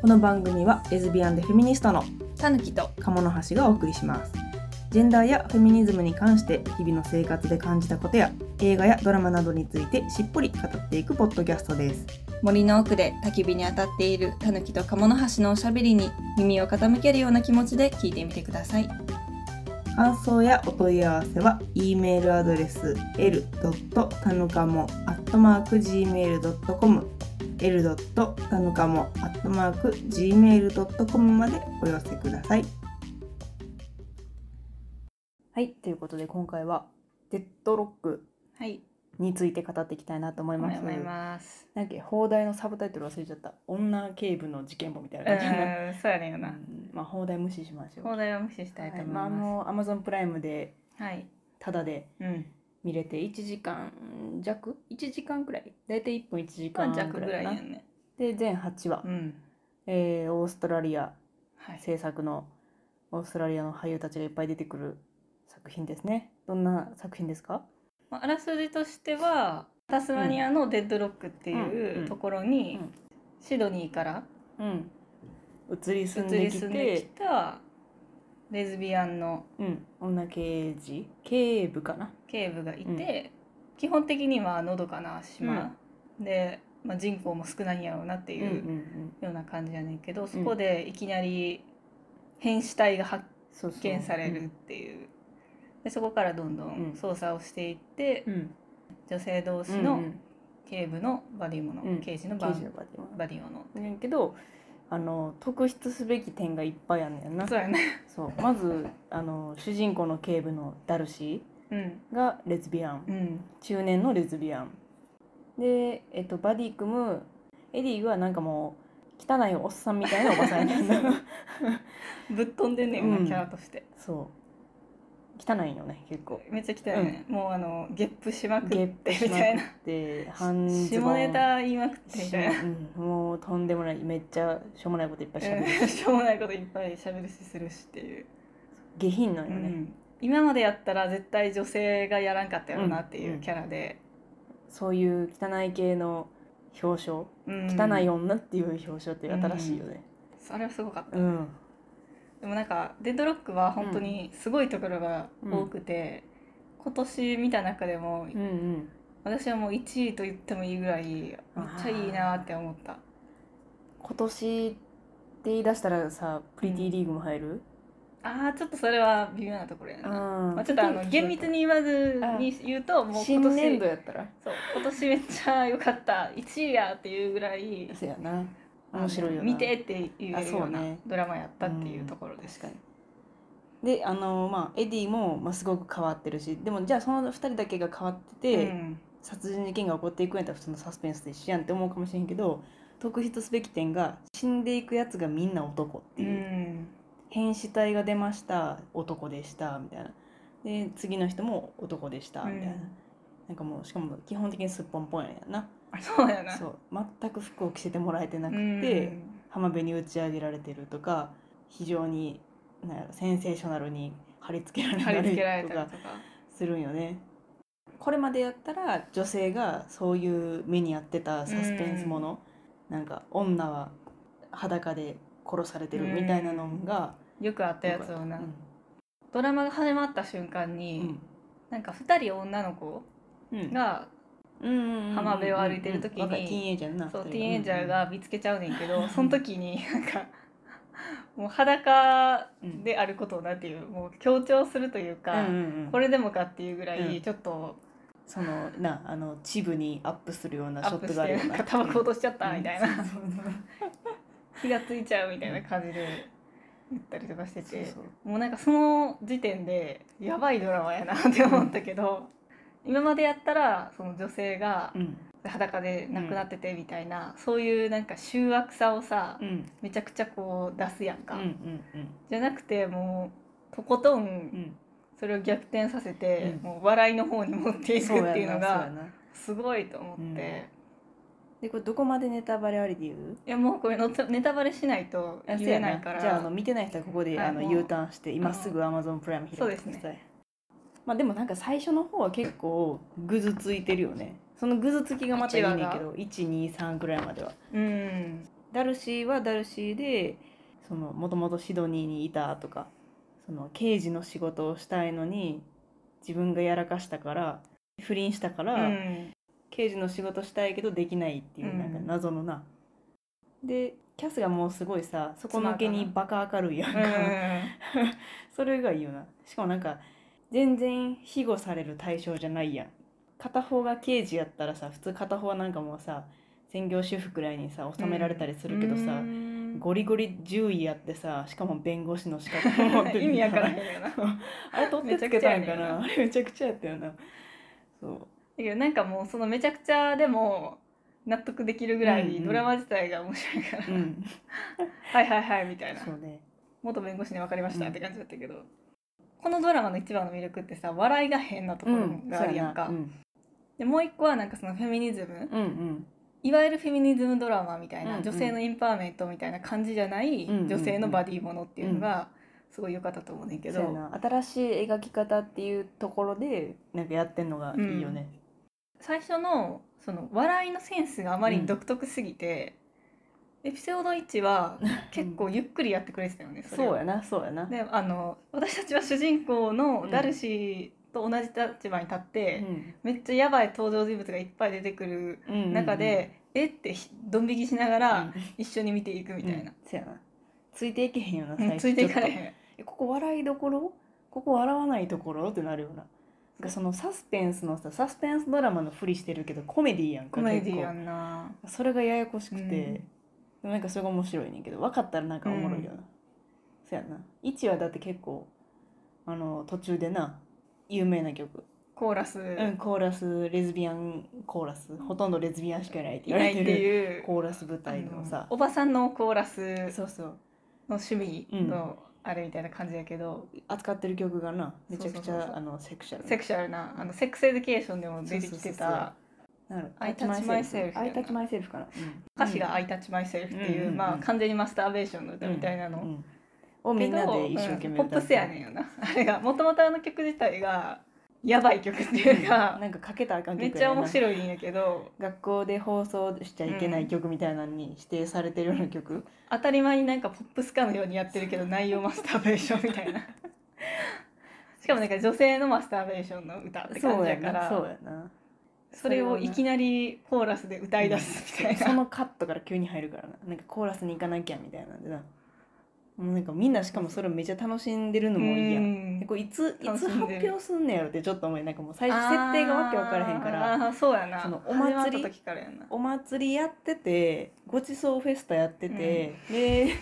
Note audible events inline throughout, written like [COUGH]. この番組はレズビアンでフェミニストのたぬきと鴨の橋がお送りしますジェンダーやフェミニズムに関して日々の生活で感じたことや映画やドラマなどについてしっぽり語っていくポッドキャストです森の奥で焚き火に当たっているたぬきと鴨の橋のおしゃべりに耳を傾けるような気持ちで聞いてみてください感想やお問い合わせは e メールアドレス l. たぬかも @gmail.com l. たぬかも @gmail.com までお寄せくださいはいということで今回はデッドロックはいについて語っていきたいなと思い思まいすますなんか放題のサブタイトル忘れちゃった女警部の事件簿みたいうな感じになっーんそうやねんよたなまあ放題無視しましょう放題は無視したいと思いはまあ、ます、あの Amazon プライムではい、タダでうん、見れて1時間弱1時間くらい大体1分1時ま間あ弱くぐららいいやかなねで全8話、うんえーオーストラリアはい制作のオーストラリアの俳優たちがいっぱい出てくる作品ですねどんな作品ですかまあ、あらすじとしてはタスマニアのデッドロックってうんういんうところに、うんシドニーからうん移り住ん移でりき住てんできたレズビアンのうん、女刑事警部かな警部がいて、基本的にはのどかな島、で、まあ、人口も少ないんやろうなってういんうんうううんような感じやねんけど、そこでいきなり変死体が発そうそう見されるっていうでそこからどんどうんん捜査をしていって、うん、うん女性同士うのん警部のバディモの、うん刑事の刑バ事のバディもバディモのねんけどあの特筆すべき点がいっぱいあるんだよなそうやね、そうまずあの主人公の警部のダルシうんーがレズビアンうん、中年のレズビアンで、えっと、バディ組むエディはなんかもう汚いおっさんみたいなおばさんやねん [LAUGHS] なぶっ飛んでんねんよな、うんキャラとしてそう汚いんよね結構めっちゃ来たよね、もうあのゲップしまくってゲみップしまたいなくって半ズボ下ンネタ言いまくってみたいなうん、もうとんでもないめっちゃしょうもないこといっぱいしゃべる、うん [LAUGHS] しょうもないこといっぱい喋るしするしっていう、下品なんよね、今までやったら絶対女性がやらんかったやろなっていうキャラで、そういう汚い系の表彰うん汚い女っていう表彰って新しいよねそれはすごかった、うん、でもなんかデッドロックは本当にすごいところが多くて、今年見た中でも、うんうん私はもう1位と言ってもいいぐらいめっちゃいいなって思った今年って言い出したらさプリティリーグも入る、あーちょっとそれは微妙なところやうな、んまあ、ちょっとあの厳密に言わずに言うともう今新年年度やったらそう今年めっちゃ良かった1位やっていうぐらいそうやな面白いよな見てって言えるようあなそうねドラマやったっていうところです確かにであのまあエディも、まあ、すごく変わってるしでもじゃあその2人だけが変わってて、うん殺人事件が起こっていくんやったら普通のサスペンスと一緒やんって思うかもしれんけど特筆すべき点が死んでいくやつがみんな男ってういう、ん変死体が出ました男でしたみたいなで次の人も男でしたみたいな、うんなんかもうしかも基本的にすっぽんぽんやなそうやなそう全く服を着せてもらえてなくて、うん浜辺に打ち上げられてるとか非常になんやろセンセーショナルに貼り付けられ貼り付けらたれりたとりかとかするんよね。これまでやったら女性がそういう目にやってたサスペンスもの、なんか女は裸で殺されてるみたいなのが、よくあったやつをな、うんドラマが始まった瞬間に、なんか2人女の子うんが、浜浜辺を歩いてる時にティーンエイジャーなそうティーンエイジャーが見つけちゃうねんけど、その時になんかもう裸であることをなんていうもう強調するというか、これれでもかっていうぐらうんいちょっとそのなあのチブにアップするようなシアョッップトしがあるよてうなんなかタバコ落としちゃったみたいな、うんそうそうそう火がついちゃうみたいな感じで言ったりとかしててそうもうなんかその時点でやばいドラマやなって思ったけど、今までやったらその女性がうん裸で亡くなっててみたいな、そういうなんか醜悪さをさ、うんめちゃくちゃこう出すやんか、うんうんじゃなくてもうとことうんうんそれを逆転させて、うんもう笑いの方に持っていんくっそうやなていうのそうやがなすごいと思って、うんいでこれどこまでネタバレありで言うやもうこれのネタバレしないとあ言えないからそうやじゃああの見てない人はここで、はいあのもう U ターンして今すぐ Amazon プライム開いてくださいそうですまあでもなんか最初の方は結構ぐずついてるよねそのぐずつきがまたいいねんけど123くらいまではうんダルシーはダルシーでそのもともとシドニーにいたとかその刑事の仕事をしたいのに自分がやらかしたから不倫したかうら、ん刑事の仕事したいけどできないっていううんなんか謎のな、でキャスがもうすごいさそこのけにバカ明るいやんか、 [LAUGHS] それがいいよなしかもなんか全然庇護される対象じゃないやん片方が刑事やったらさ普通片方はなんかもうさ専業主婦くらいにさ収められたりするけどさ、うんゴリゴリ獣医やってさしかも弁護士の資格も持ってて [LAUGHS] 意味わからへんよなだあれ取ってつけたんめちゃくちゃかやねんななあれめちゃくちゃやったよなそうけどなんかもうそのめちゃくちゃでも納得できるぐらうんういんドラマ自体が面白いから、うんはいはいはいみたいなそうね元弁護士に分かりましうたんって感じだったけど、このドラマの一番の魅力ってさ笑いが変なところがあるやんか、そうなでもう一個はなんかそのフェミニズムうんうんいわゆるフェミニズムドラマみたいな、うんうん女性のインパーメントみたいな感じじゃないうんうんうん女性のバディものっていうのがすごい良かったと思うねんけど、そうやな新しい描き方っていうところでなんかやってんのがいいよね、最初のその笑いのセンスがあまりに独特すぎて、エピソード1は [LAUGHS] 結構ゆっくりやってくれてたよね、れをそうやなそうやなであの私たちは主人公のダルシーと同じ立場に立って、めっちゃやばい登場人物がいっぱい出てくるうん中で、えってひドン引きしながら、うん一緒に見ていくみたいな、そうやなついていけへんよなうんついていかれへちょっんとえここ笑いどころここ笑わないところってなるよななんかそのサスペンスのさサスペンスドラマのふりしてるけどコメディやんかコメディやんな結構それがややこしくて、うんでもなんかそれが面白いねんけど分かったらなんかおもろいよな、そうやな1はだって結構あの途中でな有名な曲コーラスうん、コーラスレズビアンコーラスほとんどレズビアンしかいないってい言わなれいっててるいうコーラス舞台のあさのおばさんのコーラスそうそうの趣味のあれみたいな感じやけど、扱ってる曲がなめちゃくちそうそうそうそゃうあのセクシャルセクシャルなあのセックスエデュケーションでも出てきてそうそうそうたなる I touch myself アイタッチマイセルフかな、うん歌詞が「I touch myself」ってうんいうんう、うんまあ、完全にマスターベーションの歌みたいなの、うんうんをみんなで一生懸命うんポップスやねんよなあれがもともとあの曲自体がやばい曲ってういんうか、なんかかけたらあかん曲めやっねんちゃ面い白いんやけど学校で放送しちゃいけない曲みたいなのに指定されてるような曲、当たり前になんかポップスかのようにやってるけど内容マスターベーションみた [LAUGHS] いなしかもなんか女性のマスターベーションの歌って感そうじややかならそそうやなれをいきなりコーラスで歌い出すみたいな、そのカットから急に入るからななんかコーラスに行かなきゃみたいなんでなもうなんかみんなしかもそれをめちゃ楽しんでるのもいいやんんでこれいつい楽しつんで発る表すんねやろってちょっと思いなんかもう最初設定がわけわからへんからあーそうやなそのお祭り始まった時からやなお祭りやっててごちそうフェスタやってて、で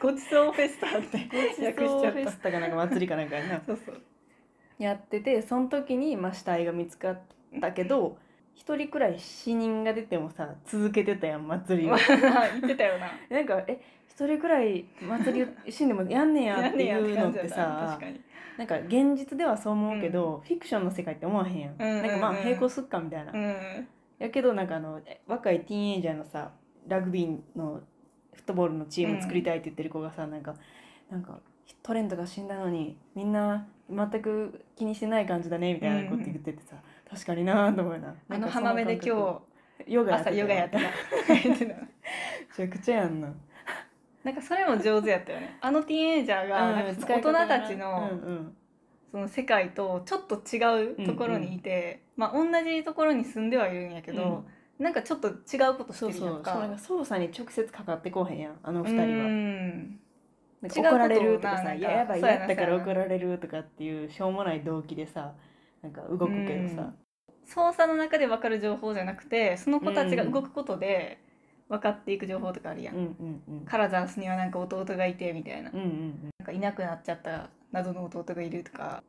ごちそうフェスタってご [LAUGHS] ち訳しそちうゃフっェたスタかなんか祭りかなんかやな [LAUGHS] そうそう [LAUGHS] やっててその時に、まあ、死体が見つかったけど一人くらい死人が出てもさ続けてたやん祭 [LAUGHS] りを言ってたよ [LAUGHS] ななんかえ一人くらい祭り死んでもやんね [LAUGHS] やっていうのってさ確かになんか現実ではそう思うけど、フィクションの世界って思わへんやん,、うんうんうんなんかまあ並行すっかみたいな、うんやけどなんかあのえ若いティーンエイジャーのさラグビーのフットボールのチーム作りたいって言ってる子がさ、なんかなんかトレントが死んだのにみんな全く気にしてない感じだねみたいなこと言っててさ、確かになーと思うなあなのんかそ浜辺で感覚今ヨ日ガ朝ヨガやってめた言ってたちゃくちゃやんな [LAUGHS] なんかそれも上手やったよねあのティーンエイジャーがなんか大人たちうのんうんその世界とちょっと違うところにいて、まあ同じところに住んではいるんやけど、なんかちょっと違うことしそうてるそやうんそかうなんか操作に直接かかってこうへんやんあの二人は、うんなんか違うことを怒られるとかさ「ないんかややばいそうやなやったからそうやな怒られる」とかっていうしょうもない動機でさなんか動くけどさ、操作の中で分かる情報じゃなくてその子たちが動くことで分かっていく情報とかあるやん、うんうんうんカラザースにはなんか弟がいてみたいなうんうんなんかいなくなっちゃった謎の弟がいるとか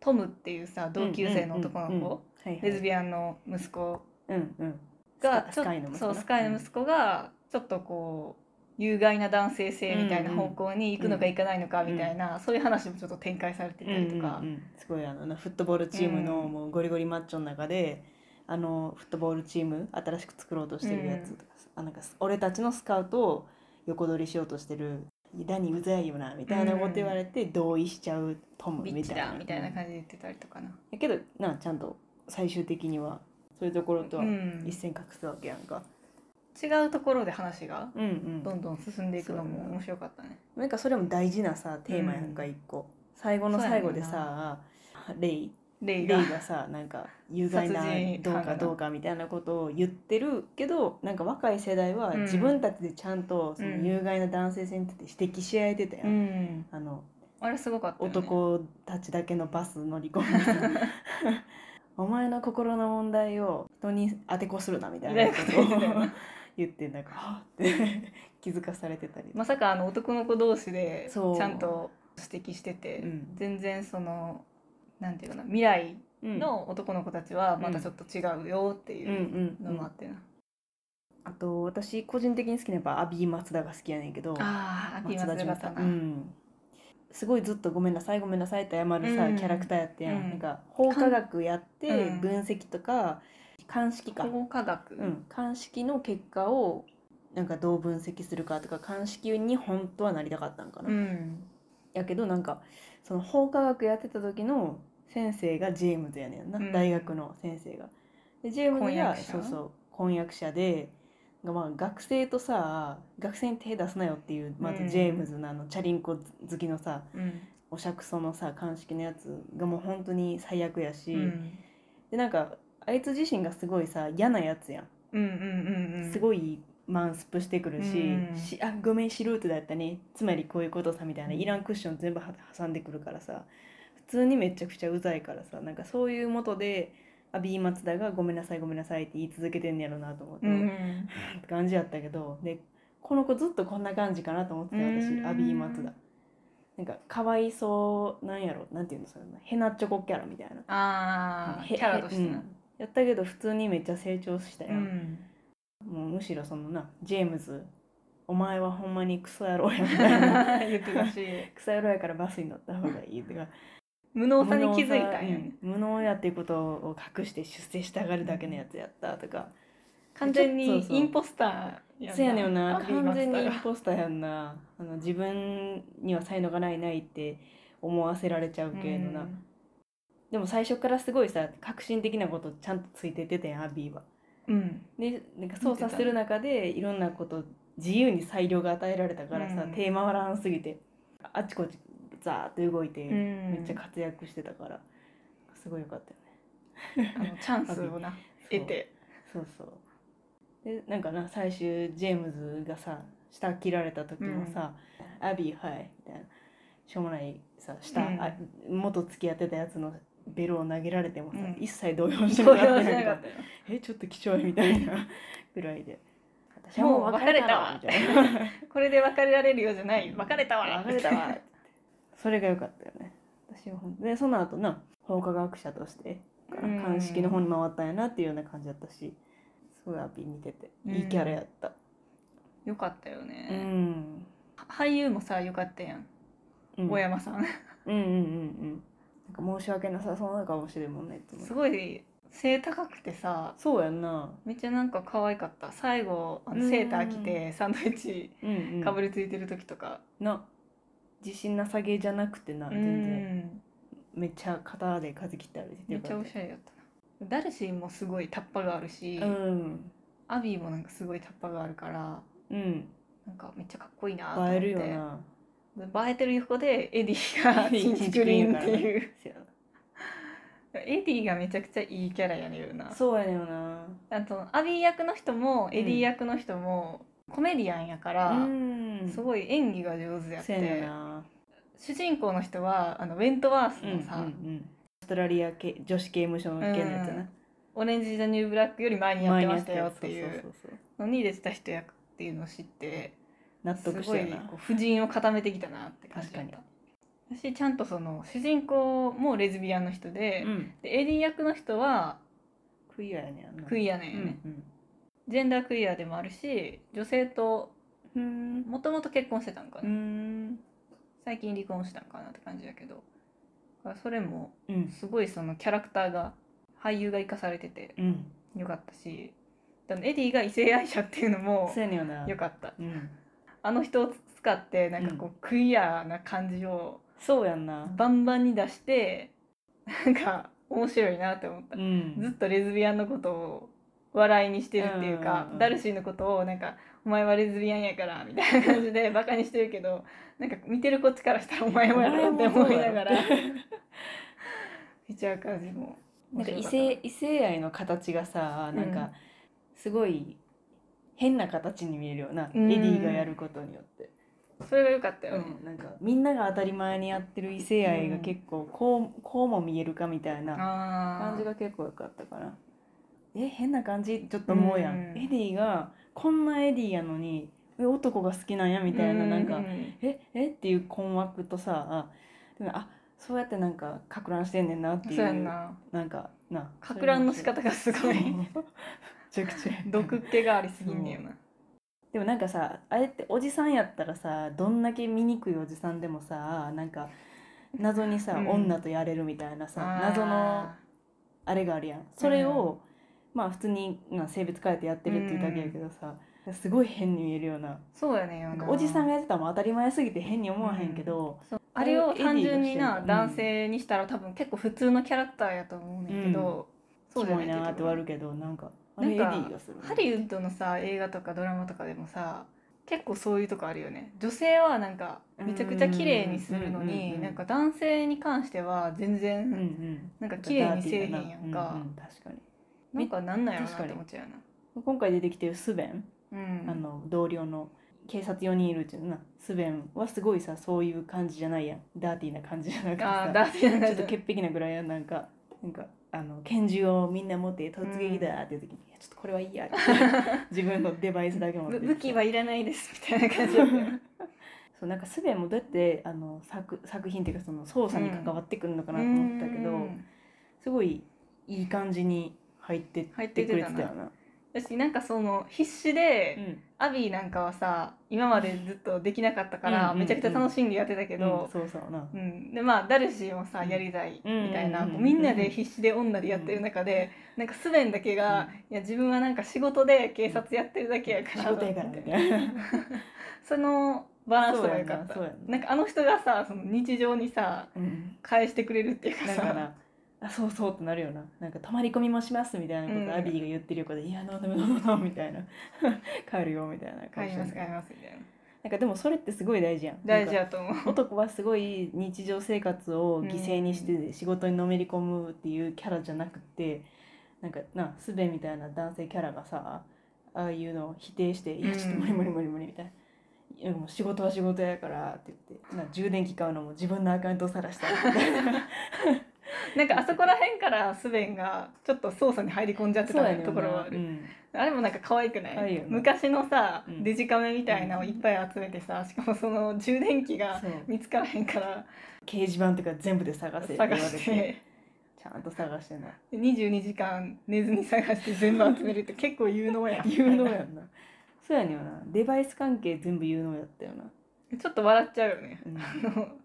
トムっていうさ同級生の男の子、うんうんうんうんはいはい、レズビアンの息子うんうんがスカちょスカイの息子そうスカイの息子がちょっとこう有害な男性性みたいな方向に行くのか行かないのかみたいな、そういう話もちょっと展開されてたりとか、うんうんうんすごいあのなフットボールチームのうんもうゴリゴリマッチョの中で、あのフットボールチーム新しく作ろうとしてるやつとかさ、あなんか俺たちのスカウトを横取りしようとしてるダニうざいよなみたいなこと言われて同意しちゃうトムビみッチたいなだみたいな感じで言ってたりとかな。やけどなちゃんと最終的にはそういうところとはうん一線隠すわけやんか、違うところで話がうんうどん、んどん進んでいくのも面白かったね。なんかそれも大事なさテーマやんかうん一個、最後の最後でさレイレレイイががさなんか有害な殺人どう犯かがどうかみたいなことを言ってるけどなんか若い世代はうん自分たちでちゃんとそのうん有害な男性性について指摘し合えてたやん、うん、あのあれすごかったよ、ね、男たちだけのバス乗り込むみたいな [LAUGHS] お前の心の問題を人に当てこするなみたいなことをみたいなこと言ってたよね言ってなんかはぁって気づかされてたりまさかあの男の子同士でちそうゃんと指摘してて、うん全然そのなんていうかな未来うんの男の子たちはまたちょっと違うよってうんういうんうのもあんっ、てな、あと私個人的に好きなやっぱアビー・松田が好きやねんけどああ秋松松田だ純ったな、うん、すごいずっと「ごめんなさいごめんなさい」って謝るさ、うんキャラクターやってやん、うんなんか法科学やってうん分析とか鑑識か、考科学、うん、鑑識の結果をなんかどう分析するかとか鑑識に本当はなりたかったんかな、うんやけどなんかその法科学やってた時の先生がジェームズやねんな、うん大学の先生が。でジェームズ婚が約者そうそう婚約者で、まあ、学生とさ学生に手出すなよっていうまうずんジェームズのあのチャリンコ好きのさうんおしゃくそのさ鑑識のやつがもう本当に最悪やし、うんでなんかあいつ自身がすごいさ嫌なやつやん。うんうんうんうんすごいマンスプしてくるしうんしあごめん、シルートだったね。つまりこういうことさみたいな、うんいらんクッション全部は挟んでくるからさ、普通にめちゃくちゃうざいからさ、なんかそういうもとで、アビー松田がごめんなさい、ごめんなさいって言い続けてんねやろなと思って、うんって感じやったけど、で、この子ずっとこんな感じかなと思ってたう私、んアビー松田。なんかかわいそうなんやろなんていうのそれヘナチョコキャラみたいなああへキャラとしてうな、んやったけど普通にめっちゃ成長したうやん、ん [LAUGHS] もうむしろそのなジェームズお前はほんまにクソ野郎やみたい [LAUGHS] な言ってたしクソ野郎やからバスに乗った方がいいとか無能さに気づいたんやね、うん無能やっていうことを隠して出世したがるだけのやつやったとか、完全そうにそうインポスターやんなそうやねんなアビー完全にイ松田ンがポスターやんなあの自分には才能がないないって思わせられちゃうけどな、うんでも最初からすごいさ革新的なことちゃんとついてってたやんアビーは。うんでなんか操作する中でいろんなこと自由に裁量が与えられたからさ、うん手回らんすぎてあっちこっちザーッと動いて、うんめっちゃ活躍してたからすごいよかったよね。あのチャンスをなそう得てそうそうでなんかな最終ジェームズがさ舌切られた時もさ「アビーはい」みたいなしょうもないさ舌、うんあ元付き合ってたやつのベロを投げられてもさ、うん一切動揺し動なかっ揺したやんなかったよえちょっと貴重いみたいな [LAUGHS] ぐらいで私もう別れたわみたい [LAUGHS] なこれで別れられるようじゃない別れたわ別れたわ [LAUGHS] それが良かったよね私はほんでその後な法科学者としてうん鑑識の方に回ったんやなっていうような感じだったしすごいアピ見てていいキャラやったよかったようん、ね、俳優もさよかったやんうん、大山さんうんうんうんうんなんか申し訳なさそうな顔してるもんねいつもすごい背高くてさそうやんなめっちゃなんか可愛かった最後あうんのセーター着てサンドイッチうん、うん、かぶりついてる時とか、な自信なさげじゃなくてなう全然ん、めっちゃ肩で風切って歩いててめよっかちゃおしゃれやったなダルシーもすごいタッパがあるし、うんアビーもなんかすごいタッパがあるからうん、なんかめっちゃかっこいいなと思っ映てえるよな。映えてる横でエディがチンチクリンっていうエディがめちゃくちゃいいキャラやねんなそうやねんよな。あとアビー役の人もエディ役の人もコメディアンやから、うんすごい演技が上手やっそうやねんてな。主人公の人はあのウェントワースのさ、うんうんうんオーストラリア系女子刑務所の件のやつやな。オレンジ・ザ・ニュー・ブラック」より前にやってましたよってい前にやったやつうそうそうそうそうのに出てた人役っていうのを知って納す得しごたいよなこ。う婦人を固めてきたなって感じだっ確た私ちゃんとその主人公もレズビアンの人で,、うん。でエディ役の人はクイアやねんやな。クイアなんアよね、うんジェンダークイアでもあるし女性とうん。もともと結婚してたんかうな、ん。最近離婚したんかなって感じやけどだからそれもうん。すごいそのキャラクターが俳優が生かされててうん。よかったしだからエディが異性愛者っていうのもそうやねんよなよ。かったうん。あの人を使ってなんかこう、クイアな感じをそうやんな。バンバンに出してなんか面白いなって思った、うんずっとレズビアンのことを笑いにしてるっていううんかう、んうんダルシーのことをなんか「お前はレズビアンやから」みたいな感じでバカにしてるけどなんか見てるこっちからしたら「お前もやろ」って思いながら見ちゃう感じもなん面か異白った性異性愛の形がさなんうんかすごい変な形に見えるよな、うんエディがやることによって、それが良かったよね、うんなんかみんなが当たり前にやってる異性愛が結構こうこうも見えるかみたいなあ感じーが結構良かったかな。え変な感じちょっと思うやん、うんエディがこんなエディやのにえ男が好きなんやみたいな、なんかううええっていう困惑とさあでもあそうやってなんかか乱してんねんなっていそうやうんななんかなかく乱の仕方がすそごういいうのめちゃくちゃ毒っ気がありすぎんねよなでもなんかさあれっておじさんやったらさどんだけ醜いおじさんでもさなんか謎にさ、うん女とやれるみたいなさ謎のあれがあるやんそれを、まあ普通にな性別変えてやってるっていうだけやけどさ、すごい変に見えるようなそうやねんよななんかおじさんがやってたらもう当たり前すぎて変に思わへんけど、そうあれを単純にエなディが男してる性にしたら多分結構普通のキャラクターやと思うねんけど、そうキじゃモないい時もなーって終わるけどなんかあれエデなんかィがするハリウッドのさ映画とかドラマとかでもさ結構そういうとこあるよね女性はなんかめちゃくちゃ綺麗にするのうんうんうんうにんなんか男性に関しては全うんう然んなんか綺麗にせえへんやんうかう確かにうんなんかなんなんやろ確なかにって思っちゃうよな今回出てきてるスベン、うんあの同僚の警察4人いるっていうなスベンはすごいさそういう感じじゃないやんダーティーな感じじゃなくてあーさだってなんちょかっと潔癖なぐらいやんなんかなんかあの拳銃をみんな持って突撃だっていう [LAUGHS] 時に、いやちょっとこれはいいやって自分のデバイスだけ持ってぶる武器はいらないですみたいな感じ [LAUGHS] だったよなそうなんかスベンもどうやってあの作作品っていうかその操作に関わってくるのかなと思ったけど、うんすごいいい感じに入ってって入ってくてれたてなたよな。私なんかその必死で、うんアビーなんかはさ今までずっとできなかったから、うんめちゃくちゃ楽しんでやってたけうんど、そうそうなう。んでまあダルシーもさうんやりたいみたいな、うんうんうんこうみんなで必死で女でやってる中で、なんかスベンだけが、いや自分はなんか仕事で警察やってるだけやから仕事やからみたい [LAUGHS] な。そのバランスが良かったそうやんなそうやんななんかあの人がさその日常にさうん返してくれるっていうかなんさかな、あそうそうってなるよな。なんか泊まり込みもしますみたいなこうんとアビーが言ってる横で、いや、飲む飲む飲むみたいな。 [LAUGHS] 帰るよみたいな帰感りじます帰りますみたいななんかでもそれってすごい大事やん。大事なんかだと思う男はすごい日常生活を犠牲にして仕事にのめり込むっていうキャラじゃなくて、なんかなスベみたいな男性キャラがさああいうのを否定して「いやちょっと無理無理無理無理」みたいな。いやもう仕事は仕事やからって言ってな充電器買うのも自分のアカウントさらしたりみたいななんかあそこら辺からスベンがちょっと操作に入り込んじゃってたところはあるうんあれもなんか可愛くな可愛いいよね昔のさ、うんデジカメみたいなのをいっぱい集めてさしかもその充電器がそう見つからへんから掲示板とか全部で探せって言わ探れてしてちゃんと探してな22時間寝ずに探して全部集めるって結構有能や [LAUGHS] ん有能やんなそうやねんよなデバイス関係全部有能やったよな、ちょっと笑っちゃうよねう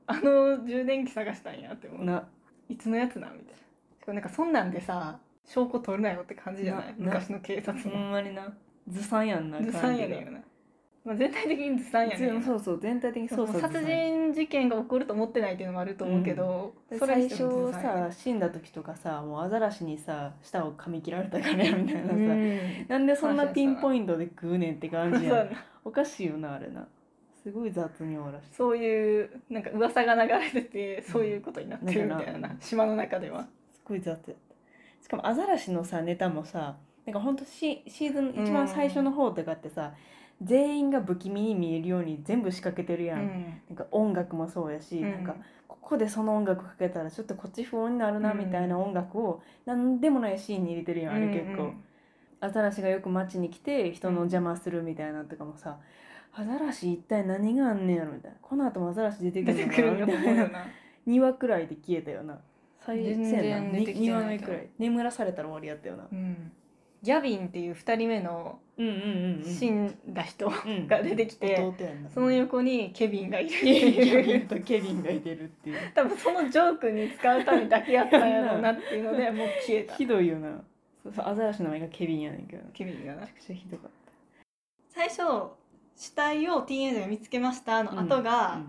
あのあの充電器探したんやって思ん、うないつのやつなみたいなしかもなんかそんなんでさ証拠取るなよって感じじゃないなな昔の警察ほもんまになずさんやんなずさんやねんよな、まあ、全体的にずさんやねんよなそうそう全体的にそそううそう殺人事件が起こると思ってないっていうのもあると思うけど、それ最にしても初ずさんやさ死んだ時とかさもうアザラシにさ舌を噛み切られたからやみたいなさ、うんなんでそんなピンポイントで食うねんって感じそうややんなおかしいよなあれなすごい雑に終わらしてそういうなんか噂が流れててそういうことになってるみたいな,、なんかな島の中ではすごい雑やったしかもアザラシのさネタもさなんかほんとシシーズン一番最初の方とかってさ、全員が不気味に見えるように全部仕掛けてるやん、なんか音楽もそうやし、うんなんかここでその音楽かけたらちょっとこっち不穏になるなうんみたいな音楽を何でもないシーンに入れてるやんあれ結構、アザラシがよく街に来て人の邪魔するみたいなのとかもさ、アザラシ一体何があんねやろみたいなこの後もアザラシ出てく出るてのかくるんなだみと思たういなよな2話くらいで消えたよな最全然そうやな出てきて2話な目いけくどらい眠らされたら終わりやったよなうんギャビンっていう2人目のうんうんうんうん死んだ人うんが出てきて弟やんなその横にケビンがいるってケビンケビいンうとケビンがいてるっていう多分そのジョークに使うためだけやったんやろうなっていうのでもう消えたひどいよなそうそうアザラシの名前がケビンやねんけどめケビンがなちゃくちゃひどかった最初死体をティーンエイジャーが見つけましたの後が、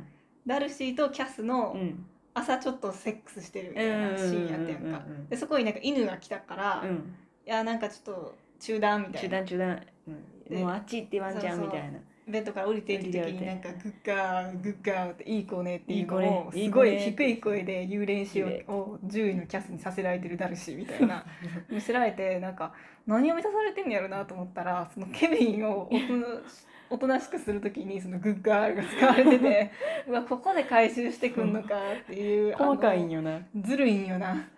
ダルシーとキャスうんうのん朝ちょっとセックスしてるみたいなシーンやったやんかうんうんうんうんでそこになんか犬が来たから、うんいやなんかちょっと中断みた中いな断中断、うん、でもうあっち行ってワンちゃんそみうそうたいなベッドから降りている時になんかグッガーグッガーっていい子ねっていうのをいいす子ごねい低い声で言う練習いいを10位のキャスにさせられてるダルシーみたいな見せられてなんか何を満たされてんのやろなと思ったらそのケビンをおと [LAUGHS] なおとなしくするときにそのグッガーが使われててうわここで回収してくんのかっていう細かいんよよなずるいんよな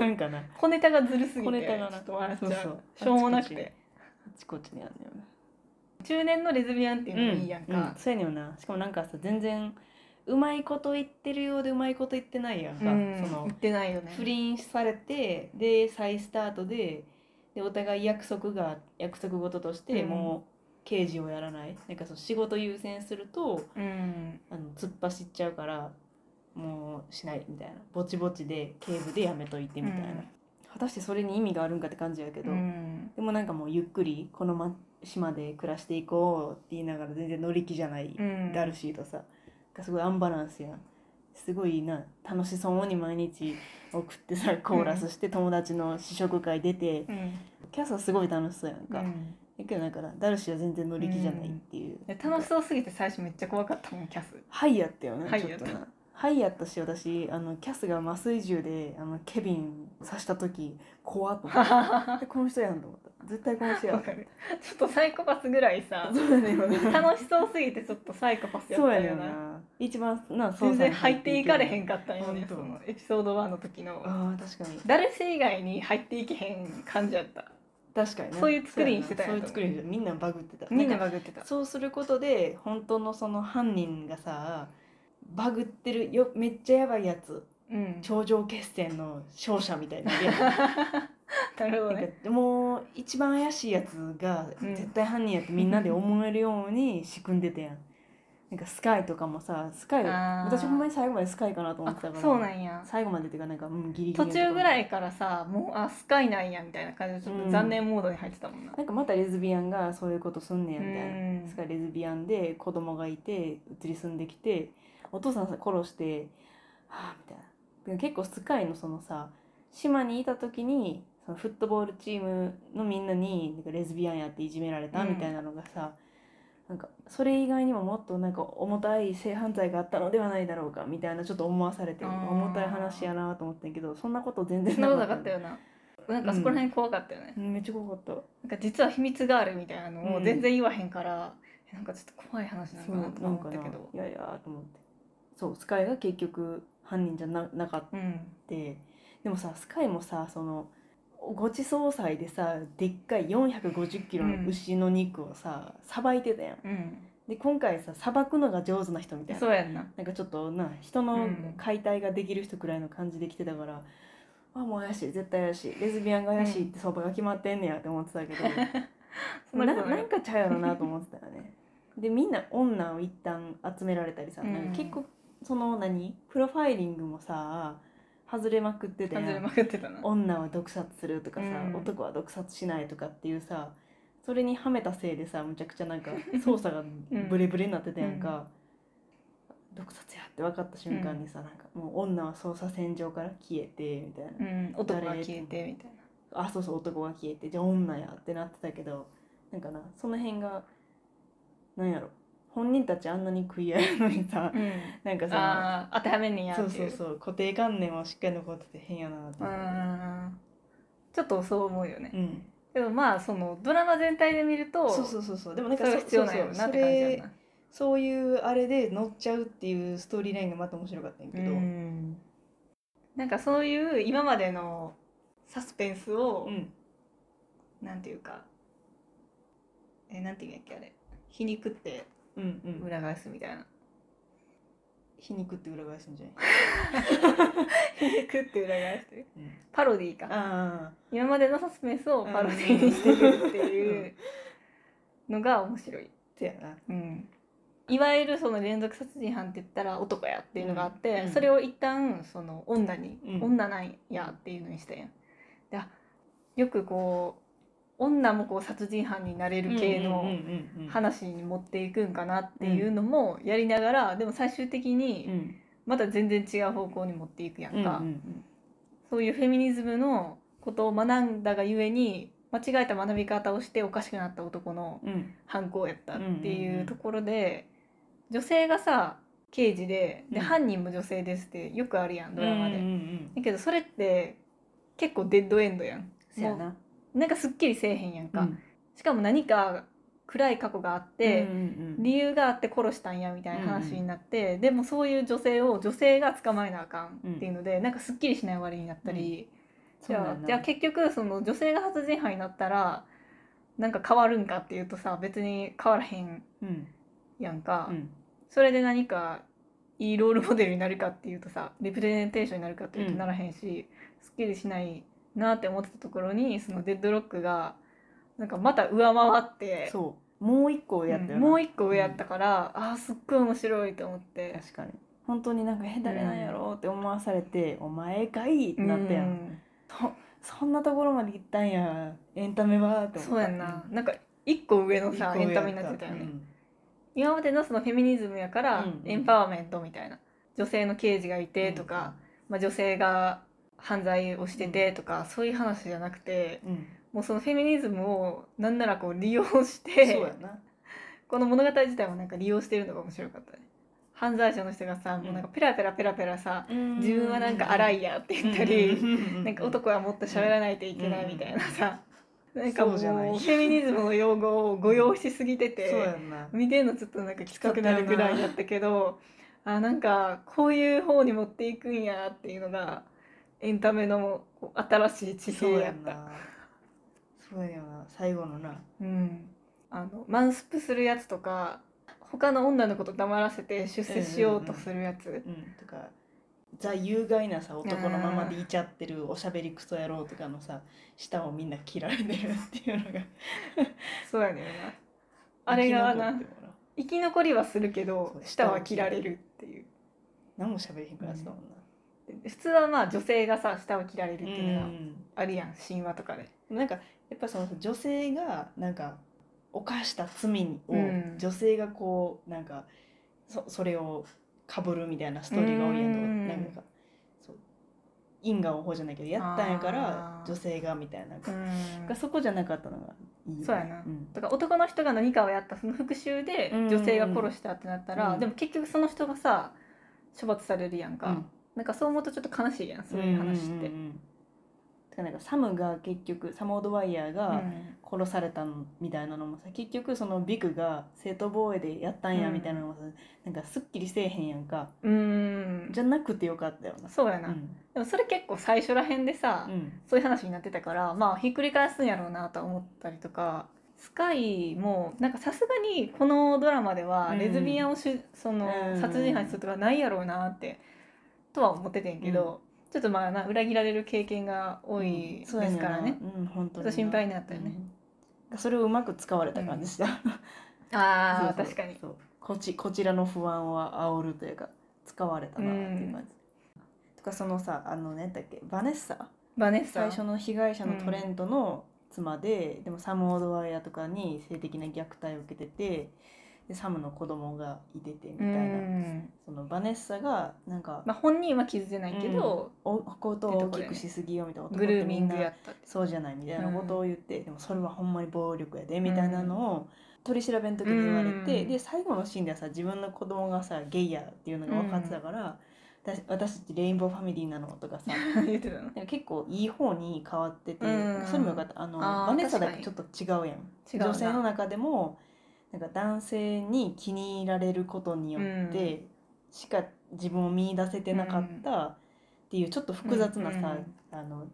なんかな小ネタがずるすぎ小てネタがちなょっと笑っちゃうそうそうしょうもなくてあっちこっちにあんのよな中年のレズビアンっていうのもいいやんか、うん、そうやねんよなしかもなんかさ全然うまいこと言ってるようでうまいこと言ってないやんか、うんその言ってないよね不倫されてで再スタートででお互い約束が約束事としてうんもう刑事をやらない、なんかその仕事優先するとうんあの突っ走っちゃうからもうしないみたいなぼちぼちで警部でやめといてみたいな、うん果たしてそれに意味があるんかって感じやけど、うんでもなんかもうゆっくりこの、ま、島で暮らしていこうって言いながら全然乗り気じゃないうんダルシーとさ、がすごいアンバランスやんすごいな楽しそうに毎日送ってさコーラスして友達の試食会出て、うんキャスはすごい楽しそうやんか、うんだけどなんかダルシーは全然乗り気じゃないっていう、で楽しそうすぎて最初めっちゃ怖かったもんキャスはいやったよね、はいちょっとなはいやったし私あのキャスが麻酔銃であのケビン刺した時怖っと [LAUGHS] 思ったこの人やんと思った絶対この人やわんかるちょっとサイコパスぐらいさそうだね今ね楽しそうすぎてちょっとサイコパスやっそうたやねよんなな一番なそう全然入っていかれへんんかったよね本当そのエピソード1の時のああ確かにダルシー以外に入っていけへん感じやった確かになそういう作りにしてたんそうややなとそういう作りにしてたみんなバグってたみんななんかバグってたそうすることで本当のその犯人がさバグってるよめっちゃやばいやつうん頂上決戦の勝者みたいな [LAUGHS] なるほなどんねかもう一番怪しいやつがうん絶対犯人やってみんなで思えるように仕組んでたやんなんかスカイとかもさスカイあー私ほんまに最後までスカイかなと思あってたからそうなんや最後までっていうかなんか、うん、ギリギリ途のところ中ぐらいからさもうあスカイなんやみたいな感じでちょっと残念モードに入ってたもんななんかまたレズビアンがそういうことすんねやみたいな、うんそれからレズビアンで子供がいて移り住んできてお父さんさ殺してはあみたいなでも結構スカイのそのさ島にいた時にそのフットボールチームのみんなになんかレズビアンやっていじめられたうんみたいなのがさ、なんかそれ以外にももっとなんか重たい性犯罪があったのではないだろうかみたいなちょっと思わされてあー重たい話やなと思ったんやけどそんなこと全然そんなことなかかっったたよよな。なんかそこら辺怖かったよね。うんめっちゃ怖かった。なんか実は秘密があるみたいなのうをん全然言わへんから、なんかちょっと怖い話なそのうかなとかなん思かっなたけど。いやいやーと思ってそうスカイが結局犯人じゃななかったうん。でもさスカイもさそのごちそう祭でさでっかい4 5 0キロの牛の肉をささば、いてたやんうん。で今回ささばくのが上手な人みたいなそうやんな。なんかちょっとな人のうん解体ができる人くらいの感じで来てたから、あもう怪しい絶対怪しいレズビアンが怪しいって相場が決まってんねやって思ってたけど、 [LAUGHS] そんなななことないんかちゃうやろなと思ってたよねでみんな女を一旦集められたりさ、うんなんか結構その何プロファイリングもさ外れまくってて外れまくってたな。女は毒殺するとかさ、うん男は毒殺しないとかっていうさそれにはめたせいでさむちゃくちゃなんか操作がブレブレになってたやんか、毒殺やって分かった瞬間にさ、なんかもう女は捜査線上から消えてみたいな、うん。男が消えてみたいあそうそう男が消えてじゃあ女やってなってたけどなんかなその辺がなんやろ本人たちあんなに食い合うのにさな。なんかうん。さああ、当てはめんねやってそいうう。そうそう固定観念はしっかり残ってて変やなって思っん。ちょっとそう思うよねて。うんでもまあ、そのドラマ全体で見ると、そうそうそうそうでもなんそかれが必要なんやそろううなそっうて感じやんそれな。そういうあれで乗っちゃうっていうストーリーラインがまた面白かったんやけど、うんなんかそういう今までのサスペンスを、うんなんていうかえなんていうんやっけあれ皮肉ってうんうん裏返すみたい [LAUGHS] な皮肉って裏返すんじゃない、皮肉って裏返すといううんパロディーかああ今までのサスペンスをパロディーにしてるっていうのが面白い、てやなうん、いわゆるその連続殺人犯って言ったら男やっていうのがあって、うんそれを一旦その女に、うん女なんやっていうのにしたやん。であよくこう女もこう殺人犯になれる系の、うんうんうんうん話に持っていくんかなっていうのもやりながら、でも最終的うにんまた全然違う方向に持っていくやんか、うんうんうんそういうフェミニズムのことを学んだがゆえにま間違えた学び方をしておかしくなった男のうん犯行やったってんうんいううんうところで、女性がさ刑事でうで、ん犯人も女性ですってよくあるやんドラマで。うんうんうんだけどそれって結構デッドエンドやん。せやななんかすっきりせえへんやんか。うんしかも何か暗い過去があって。うんうんうん理由があって殺したんやみたいな話になって、でもそういう女性を女性が捕まえなあかんっていうので、なんかすっきりしない終わりになったり、じそうゃなあんだじゃあ結局その女性が殺人犯になったらなんか変わるんかっていうとさ別に変わらへんうんやんか、うんそれで何かいいロールモデルになるかっていうとさレプレゼンテーションになるかっていうとうんならへんし、すっきりしないなって思ってたところにそのデッドロックがなんかまた上回って。そうもう一個やったよなもう一個上やったから、ああすっごい面白いと思って確かに本当になんか「え誰なんやろ?」って思わされて「お前かい!」ってなったやん、うんとそんなところまで行ったんやエンタメはって思ったそうやんななんか一個上のさ一個エンタメ上にやなってたよね、うん今までのそのフェミニズムやから、うんうんエンパワーメントみたいな女性の刑事がいてとか、まあ、女性が犯罪をしててとか、そういう話じゃなくてうん、うんもうそのフェミニズムをなんならこう利用しそうてやなこの物語自体もなんか利用してるのが面白かったね犯罪者の人がさ、もうなんかペラペラペラペラさ、自分はなんか荒いやって言ったり、なんか男はもっと喋らないといけないみたいなさ、なんかもそううじフゃないェミニズムの用語を誤用しすぎてて、そうやんな見てんのちょっとなんかきつくなるぐらいやったけどあなんかこういう方に持っていくんやっていうのがエンタメのこう新しい地そう平ややっんた。なそうやな最後のなうん、あのマンスプするやつとか他の女の子と黙らせて出世しようとするやつ、うんとかザ有害なさ男のままでいちゃってるおしゃべりクソ野郎とかのさ舌をみんな切られてるっていうのがそうやねんなあれがな生き残ってもらう生き残りはするけどそう舌は切られるっていう何も喋れへんからやつだもんな普通はまあ女性がさ舌を切られるっていうのがんあるやん、神話とかでなんかやっぱその女性がなんか犯した罪をうん女性がこうなんかそそれをかぶるみたいなストーリーが多いやんとかうんなんかそう因果応報じゃないけどやったんやからあー女性がみたいな、うんがそこじゃなかったのがいいよねそうやなんだから男の人が何かをやったその復讐でうん女性が殺したってなったら、うんでも結局その人がさ処罰されるやんか、うんなんかそう思うとちょっと悲しいやんそういう話って、んんうんてかなんかサムが結局サム・オドワイヤーがうん殺されたのみたいなのもさ結局そのビクが正当防衛でやったんやうんみたいなのもさ、なんかすっきりせえへんやんかうんじゃなくてよかったよな。そうやな、うんでもそれ結構最初らへんでさ、うんそういう話になってたからまあひっくり返すんやろうなとは思ったりとかスカイもなんかさすがにこのドラマではうんレズビアンをしゅ、そのうん殺人犯にするとかないやろうなってとは思っててんけど、ちょっとまあな裏切られる経験が多いですそうやねんなからね、うん、本当ちょっと心配になったよね、うんそれをうまく使われた感じした、ああそうそう確かにそうこちこちらの不安を煽るというか使われたなっていう感じ、とかそのさあのねだっけバネッサバネッサ最初の被害者のトレントの妻で、でもサム・オドワイヤーとかに性的な虐待を受けててでサムの子供がいててみたいな、うんそのバネッサがなんか、まあ、本人は気づいてないけど、おことを大きくしすぎよみたいな男グっルてーみミんンなグやったってそうじゃないみたいなことを言って、でもそれはほんまに暴力やでみたいなのを取り調べの時に言われて、うんで最後のシーンではさ自分の子供がさゲイやっていうのが分かってたから、私私たちレインボーファミリーなのとかさ [LAUGHS] 言ってたのなんか結構いい方に変わってて、うんそれもよかったあのあーバネッサだ確けちかょっと違うやん違うな女性の中でもなんか男性に気に入られることによってしか自分を見出せてなかったっていうちょっと複雑なさ、あの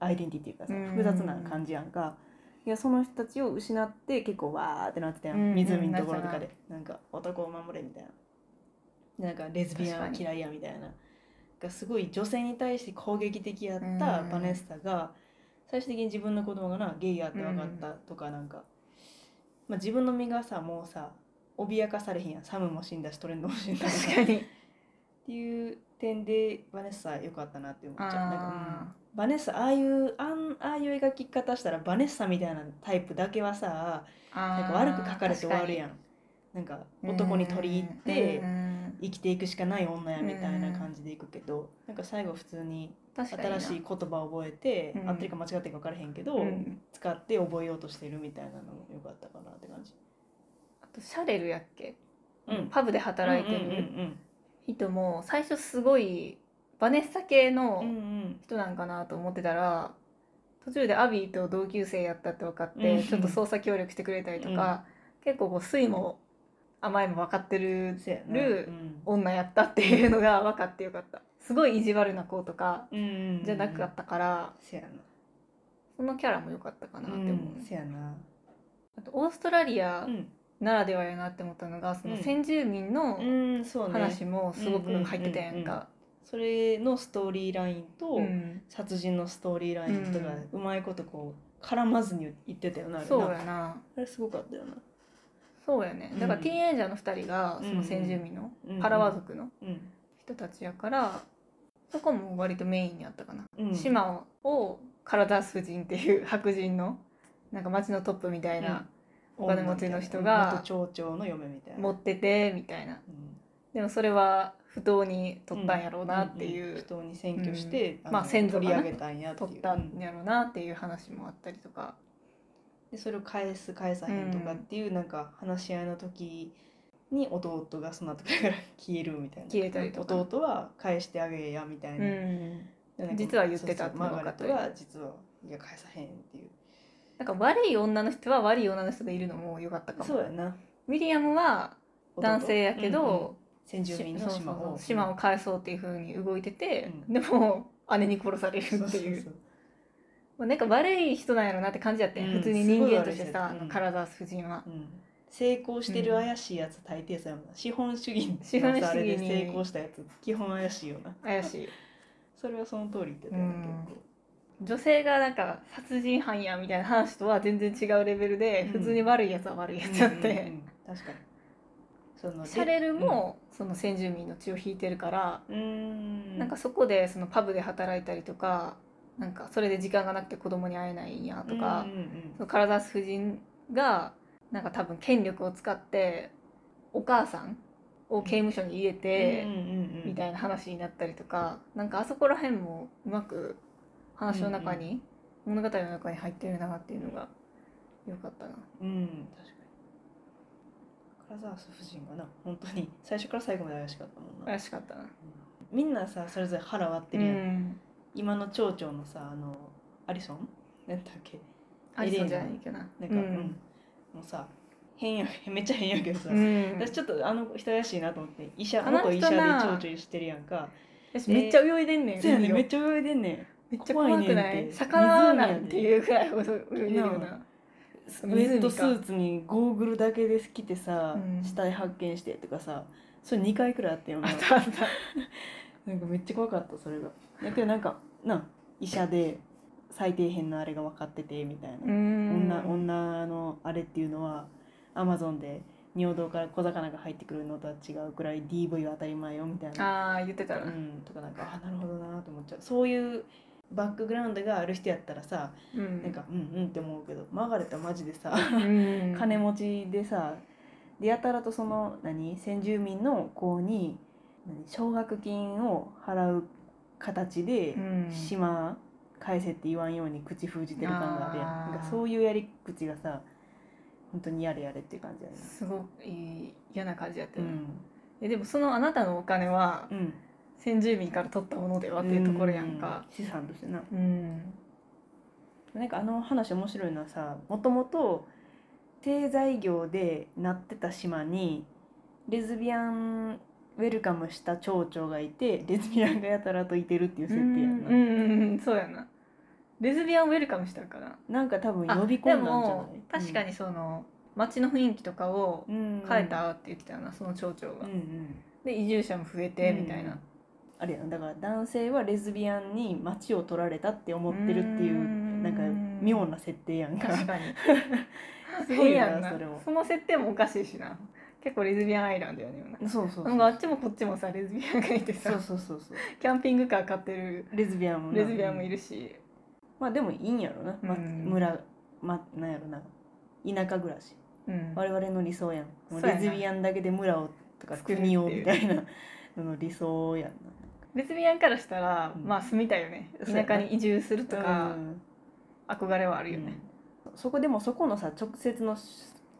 アイデンティティというかさうん複雑な感じやんか。いやその人たちを失って結構わーってなってたやん、うんうん湖のところとかでなんか男を守れみたいなでなんかレズビアンは確かに嫌いやみたいながすごい女性に対して攻撃的やったうんバネッサが最終的に自分の子供がなゲイやって分かったとかなんか、まあ、自分の身がさもうさ脅かされへんやんサムも死んだしトレンドも死んだし確 [LAUGHS] かにっていう点でバネッサ良かったなって思っちゃうあーなんか、うんバネッサああいうあんああいう描き方したらバネッサみたいなタイプだけはさななんか悪く書かれて終わるやんなんか男に取り入って生きていくしかない女やみたいな感じでいくけどなんか最後普通に確かに新しい言葉を覚えて、うん合ってるか間違ってるか分からへんけど、うん、使って覚えようとしてるみたいなのもよかったかなって感じ。あとシャレルやっけ、うん、パブで働いてうんる人も最初すごいバネッサ系うんうんうんの人なんかなと思ってたら途中でアビーと同級生やったって分かって、うんちょっと捜査協力してくれたりとか、結構こう酸いも甘いも分かってうるん、せやなルーうん女やったっていうのが分かってよかったすごい意地悪な子とかうんうんうんじゃなかったから、せやなそのキャラも良かったかなって思う、うんせやなあとオーストラリアうんならではやなって思ったのがその先住民のうんそうね話もすごく入ってたやんうんうんうんか。それのストーリーラインと、うん殺人のストーリーラインとか、うまいことこう絡まずに言ってたよなあれなそうやなあれすごかったよな、そうやねうんだからティーンエイジャーの2人がその先住民のうんうんパラワ族のうん人たちやからそこも割とメインにあったかな。うん、島をカラダース人っていう白人のなんか町のトップみたいなお金持ちの人が元町長の嫁みたいな持っててみたいなうんでもそれは不当に取ったんやろうなってんんいう人に選挙して、まあ先祖が取なり上げたんやっていう取ったうんんやろうなっていう話もあったりとかでそれを返す返さへんとかっていう、なんか話し合いの時に弟がその後から [LAUGHS] 消えるみたいな消えたりとか弟は返してあげやみたいな、なんか実は言ってたそうそうマーガレットマーガが実はいや返さへんっていうなんか悪い女の人は悪い女の人でいるのも良かったかそうも。やなウィリアムは弟男性やけうんうんど、先住民のし島そうそうそをう島を返そうっていう風に動いてて、うんでも姉に殺されるっていそううそうそうまあ、なんか悪い人なんやろなって感じやって、うん普通に人間としてすごい悪さい人、やったカラダース夫人は。うん成功してる怪しいやつ大抵さ、資本主義の資本主義にあれで成功したやつ基本怪しいよな怪し [LAUGHS] いそれはその通りって言ってたよな結構女性がなんか殺人犯やみたいな話とは全然違うレベルで、うん普通に悪いやつは悪いやつやって、うんうんうん確かにそのシャレルも、その先住民の血を引いてるから、うーんなんかそこでそのパブで働いたりとかなんかそれで時間がなくて子供に会えないんやとかうん、うんそのカラダース夫人がなんか多分権力を使ってお母さんを刑務所に入れてうん、うんうんうんみたいな話になったりとかなんかあそこら辺もうまく話の中に、物語の中に入ってるなっていうのが良かったな。うん確かに金沢夫人がな本当に最初から最後まで怪しかったもんならしかったな。みんなさそれぞれ腹割ってるやん、うん今の町長のさあのアリソンなんだっけアリソンじゃないけどな。なんか、うんもうさ変やめっちゃ変やけどさ、うん私ちょっとあの人怪しいなと思って医者あの人元医者でな町長してるやんか私めっちゃ泳いでんねん。そうやね海をめっちゃ泳いでんねんめっちゃ怖く怖いなねんいって魚なんていうぐらいほど泳いでるよウうな湖かェットスーツにゴーグルだけで着てさ、うん死体発見してとかさそれ2回くらいあったよなあったあった [LAUGHS] なんかめっちゃ怖かったそれがだけどなんかな医者で最底辺のあれが分かっててみたいな、女女女のあれっていうのはアマゾンで尿道から小魚が入ってくるのとは違うくらい DV は当たり前よみたいな、ああ言ってたう、らうんとかなんかあなるほどなと思っちゃうそういうバックグラウンドがある人やったらさんなんかうんうんって思うけどマーガレットはマジでさうん金持ちでさでやたらとその何先住民の子に何奨学金を払う形でうん島返せって言わんように口封じてる感があるやんあーなんかそういうやり口がさ本当にやれやれっていう感じやねすごくいい嫌な感じやってうるんえでもそのあなたのお金はうん先住民から取ったものではっていうところやんかうん資産としてなうんなんかあの話面白いのはさもともと製材業でなってた島にレズビアンウェルカムした町長がいてレズビアンがやたらといてるっていうう設定やんな、うんうんうんそうやなレズビアンウェルカムしたんかななんか多分あ呼び込んだでんじゃないも確かにその街の雰囲気とかをうん変えたって言ってたよなその町長うんがうんで移住者も増えてみたいなうんあれやなだから男性はレズビアンに町を取られたって思ってるっていううーんなんか妙な設定やんか [LAUGHS] 確かにすごいな変やんなそれもその設定もおかしいしな結構レズビアンアイランドよね今 [LAUGHS] なそうそうそうなんかあっちもこっちもさレズビアンがいてそさうそうそうそうキャンピングカー買ってるレズビアンもなレズビアンもいるし、まあでもいいんやろな、まうん村、ま、なんやろな田舎暮らしうん我々の理想やんもうそうやレなズビアンだけで村をとか作る [LAUGHS] 国をっていみうたいなのの理想やんなレズビアンからしたら、うんまあ住みたいよねそうや田な舎に移住するとか、うん憧れはあるよね、うんそこでもそこのさ直接の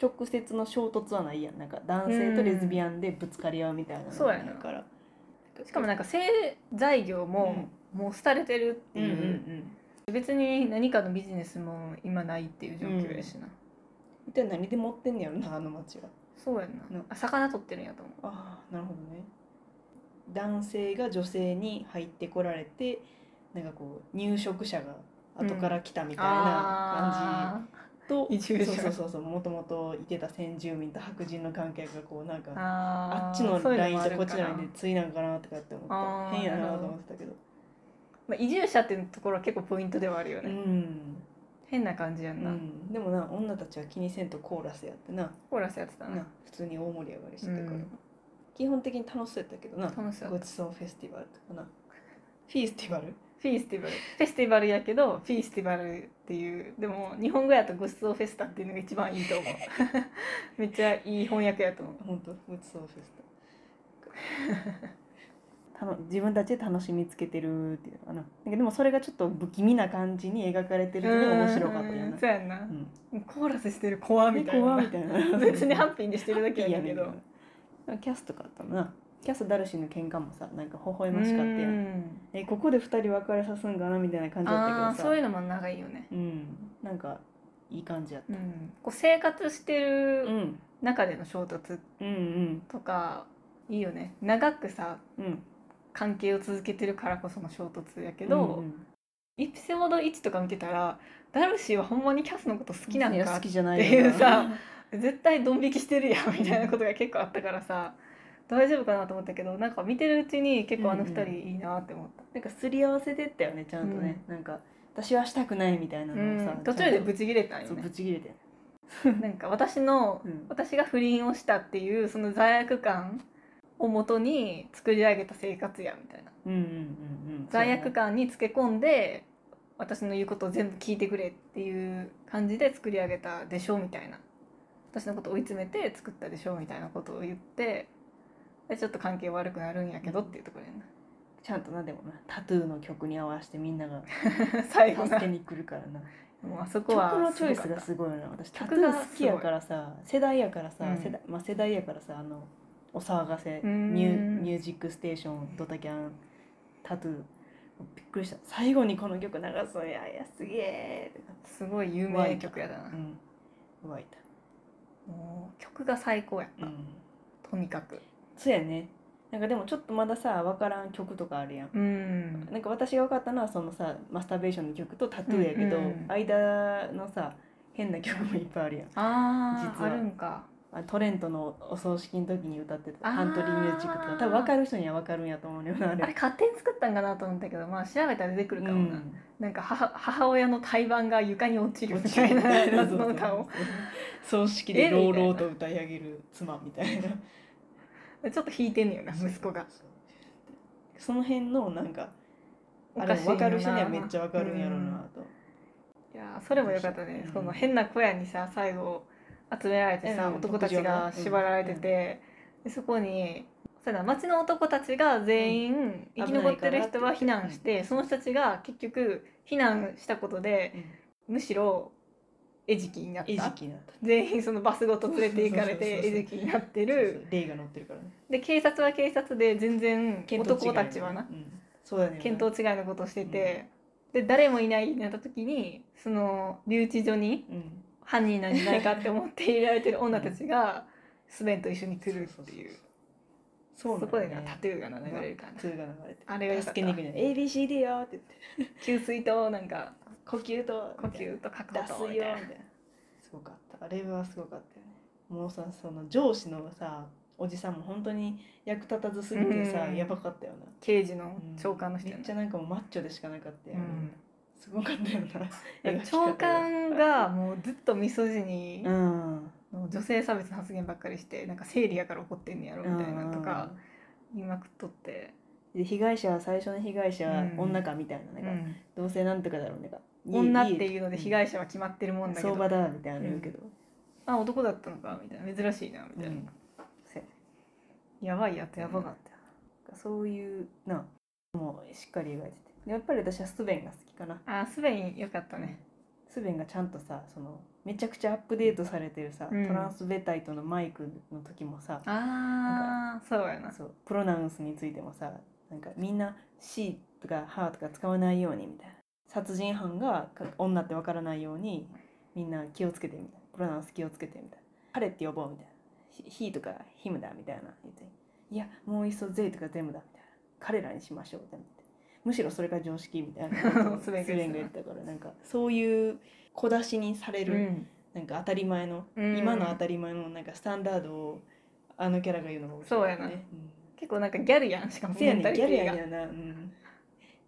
直接の衝突はないやんなんか男性とレズビアンでぶつかり合うみたいなのがそうやなないからしかもなんか性材業も、もう廃れてるってうんうんいうう、ん別に何かのビジネスも今ないっていう状況やしな、一体何で持ってんねやろなあの町はそうやんななあ魚取ってるんやと思ああなるほどね男性が女性に入ってこられてなんかこう入植者が後から来たみうたいなあ感じと、ー移住者そうそうそうそうもともといてた先住民と白人の関係がこうなんかああーっちのそういうラインもあとるこっちのかライなンでついなんかなとかって思っあーた変やなと思ってたけどまあ、移住者っていうところは結構ポイントではあるようね、ん、変な感じやうんな、ん、でもな女たちは気にせんとコーラスやってなコーラスやってたなな普通に大盛り上がりしてたから、うん基本的に楽しそうやったけどな楽しそうごちそうフェスティバルとかなフィースティバルフィースティバルフェスティバルやけどフィースティバルっていうでも日本語やとごちそうフェスタっていうのが一番いい [LAUGHS] と思うめっちゃいい翻訳やと思う本当ごちそうフェスタ [LAUGHS] たの自分たちで楽しみつけてるっていうのかななんかでもそれがちょっと不気味な感じに描かれてるのが面白かったようなんそうやんな、コーラスしてるコアうん、みみたたいいななみたいな [LAUGHS] 別にハッピーにしてるだけやねんけどいいやねんけどキャスとかあったなキャスとダルシーの喧嘩もさなんか微笑ましかったやうんんえここで二人別れさすんかなみたいな感じだったけどあさあそういうのも長いよねうんなんかいい感じやっうた、んこう生活してうん、るうん中での衝突うんとかいいよね長くさうん関係を続けてるからこその衝突やけけど、エピソード1とか見てたらダルシーはほんまにキャスのこと好きなんか好きじゃないっていうさ絶対ドン引きしてるやんみたいなことが結構あったからさ大丈夫かなと思ったけどなんか見てるうちに結構あの二人いいなって思った、なんかすり合わせてったよねちゃんとね、なんか私はしたくないみたいなのをさ、うん途中でブチチ切れたんよそうぶねち切れて、 [LAUGHS] なんか私のうん私が不倫をしたっていうその罪悪感をもとに作り上げた生活やみたいなうんうんうんうん罪悪感につけ込んで私の言うことを全部聞いてくれっていう感じで作り上げたでしょみたいな私のこと追い詰めて作ったでしょみたいなことを言ってでちょっと関係悪くなるんやけどっていうところやちゃんとなでもなタトゥーの曲に合わせてみんなが [LAUGHS] な最後助なけもに来るからなうあそこ [LAUGHS] 曲はのチョイすスごかがったすごいよな私タト曲ゥがー好きやからさ世代やからさ、うん世代まあ世代やからさあのお騒がせうんミュ「ミュージックステーション」「ドタキャン」「タトゥー」びっくりした最後にこの曲流すのやいやすげえってなってすごい有名曲やだなうん湧いたもう曲が最高やった、うんとにかくそうやねなんかでもちょっとまださ分からん曲とかあるやん、うんなんか私が分かったのはそのさマスターベーションの曲とタトゥーやけど、うんうんうん間のさ変な曲もいっぱいあるやんあ実あはあるんかあトレントのお葬式の時に歌ってたあーカントリーミュージックとか多分分かる人には分かるんやと思うねんなあれあれ勝手に作ったんかなと思ったけどまあ調べたら出てくるかもな、うんなんか母母親の胎盤が床に落ちるみた [LAUGHS] い落ちなる謎の歌を葬式でえみたい朗な々と歌い上げる妻みたいなちょっと弾いてんのよな息子がその辺のなんかおあかれしいよな分かる人にはめっちゃ分かるんやろうなと、いやーそれもよかったね、うんその変な小屋にさ最後集められてさ、うん男たちが縛られてて、でそこにそうだ町の男たちが全員、生き残ってる人は避難して、うんその人たちが結局避難したことでむしろ餌食になっ餌た食になった全員そのバスごと連れて行かれそてうそうそうそう餌食になっそてうるそう霊が乗ってるからねで警察は警察で全然男たちはなうんそうだね見当違いのことをしてて、で誰もいないってなった時にその留置所にうん犯人なんじゃないかって思って入れられてる女たちがスベンと一緒に来るっていうそうそこでななタタトゥーが流れるからトなゥーが流れてあれが良かっ助けに行くたんじゃない ABCD よって言って給水となんか呼吸と呼吸と確脱保と水みよみたたいいななすごかったあれはすごかったよねもうさその上司のさおじさんも本当に役立たずすぎてさ、うんやばかったよな、刑事のうん長官の人めやっなちゃなんかもうマッチョでしかなかったよ、うんすごかったよな描き方 [LAUGHS] 長官がもうずっとミソジにうん女性差別の発言ばっかりしてなんか生理やから怒ってんねやろみたいなとか言いまくっとって、で被害者は最初の被害者はうん女かみたいななんか、うんどうせなんとかだろうねか女っていうので被害害者は決まってるもんだけど、相場だみたいなの言うけど、あ男だったのかみたいな珍しいなみたういな、んそうややばいやつやばかったやばかったよそういうなもうしっかり描いててでやっぱり私はスベンが好きかなあースペイン良かったねスベンがちゃんとさそのめちゃくちゃアップデートされてるさ、うんトランスベタイトのマイクの時もさああそうやなそうプロナウンスについてもさなんかみんな「she」とか「her」とか使わないようにみたいな殺人犯がか女ってわからないようにみんな気をつけてみたいなプロナウンス気をつけてみたいな彼って呼ぼうみたいな「he he」とか「him」だみたいな言っていやもういっそ「they」とか「them」だみたいな彼らにしましょうみたいなむしろ [LAUGHS] それが常識みたいなことをススウェベーデンンが言ってたからなんかそういう小出しにされうる、んなんか当たり前の、うん今の当たり前のなんかスタンダードをあのキャラが言うのが面白いよそうやなね。うん結構なんかギャルやんしかもせやねメンんタリギャテルやィがねんな、うん、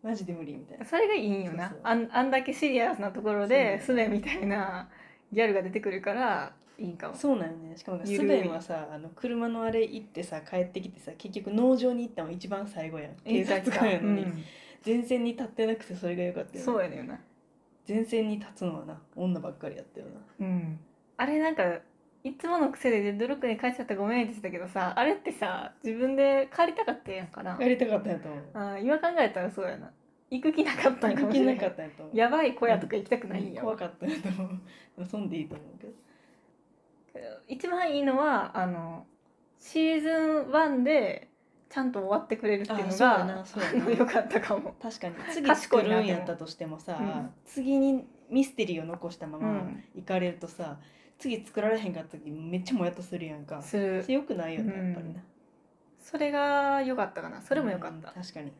マジで無理みたいなそれがいいんよなそうそうあんあんだけシリアスなところでスペインみたいなギャルが出てくるからいいんかもそうなんよねしかもなんかゆスるいベンはさあの車のあれ行ってさ帰ってきてさ結局農場に行ったのが一番最後やん警察官やのに、うん前線に立ってなくてそれが良かったよねそうやねんな前線に立つのはな女ばっかりやったよなうんあれなんかいつもの癖でデッドロックに返しちゃったごめんって言ってたけどさあれってさ自分で帰りたかったやんかなやりたかったんやと思うあー今考えたらそうやな行く気なかったんか行もくし気れなないかったんやと思うやばい小屋とか行きたくないんや怖わかったんやと思うでもそんでいいと思うけど一番いいのはあのシーズン1でちゃんと終わってくれるっていうのがあそうやなそうやな良かったかも。確か [LAUGHS] に次賢作いなるんやったとしてもさ、うん次にミステリーを残したまうま、ん、行かれるとさ次作られへんかった時めっちゃもやっとするやんかする強くないよねうんやっぱりなそれが良かったかなそそれも良かった。確かに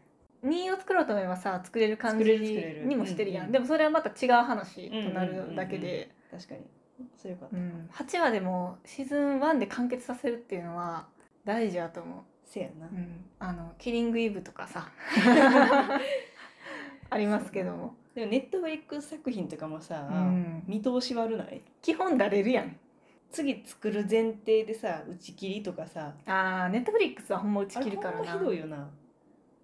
2を作ろうと思えばさ作れる感じ作れる作れるにもしてるやん、うんうんでもそれはまた違う話となるだけで、確かにそれよかっうた、ん8話でもシーズン1で完結させるっていうのは大事やと思せやな、う、うん、あのキリングイブと [LAUGHS] かさありますけども、でもネットフリックス作品とかもさ、うん見通し悪ない基本だれるやん次作る前提でさ打ち切りとかさあネットフリックスはほんま打ち切るからあれなほんまひどいよな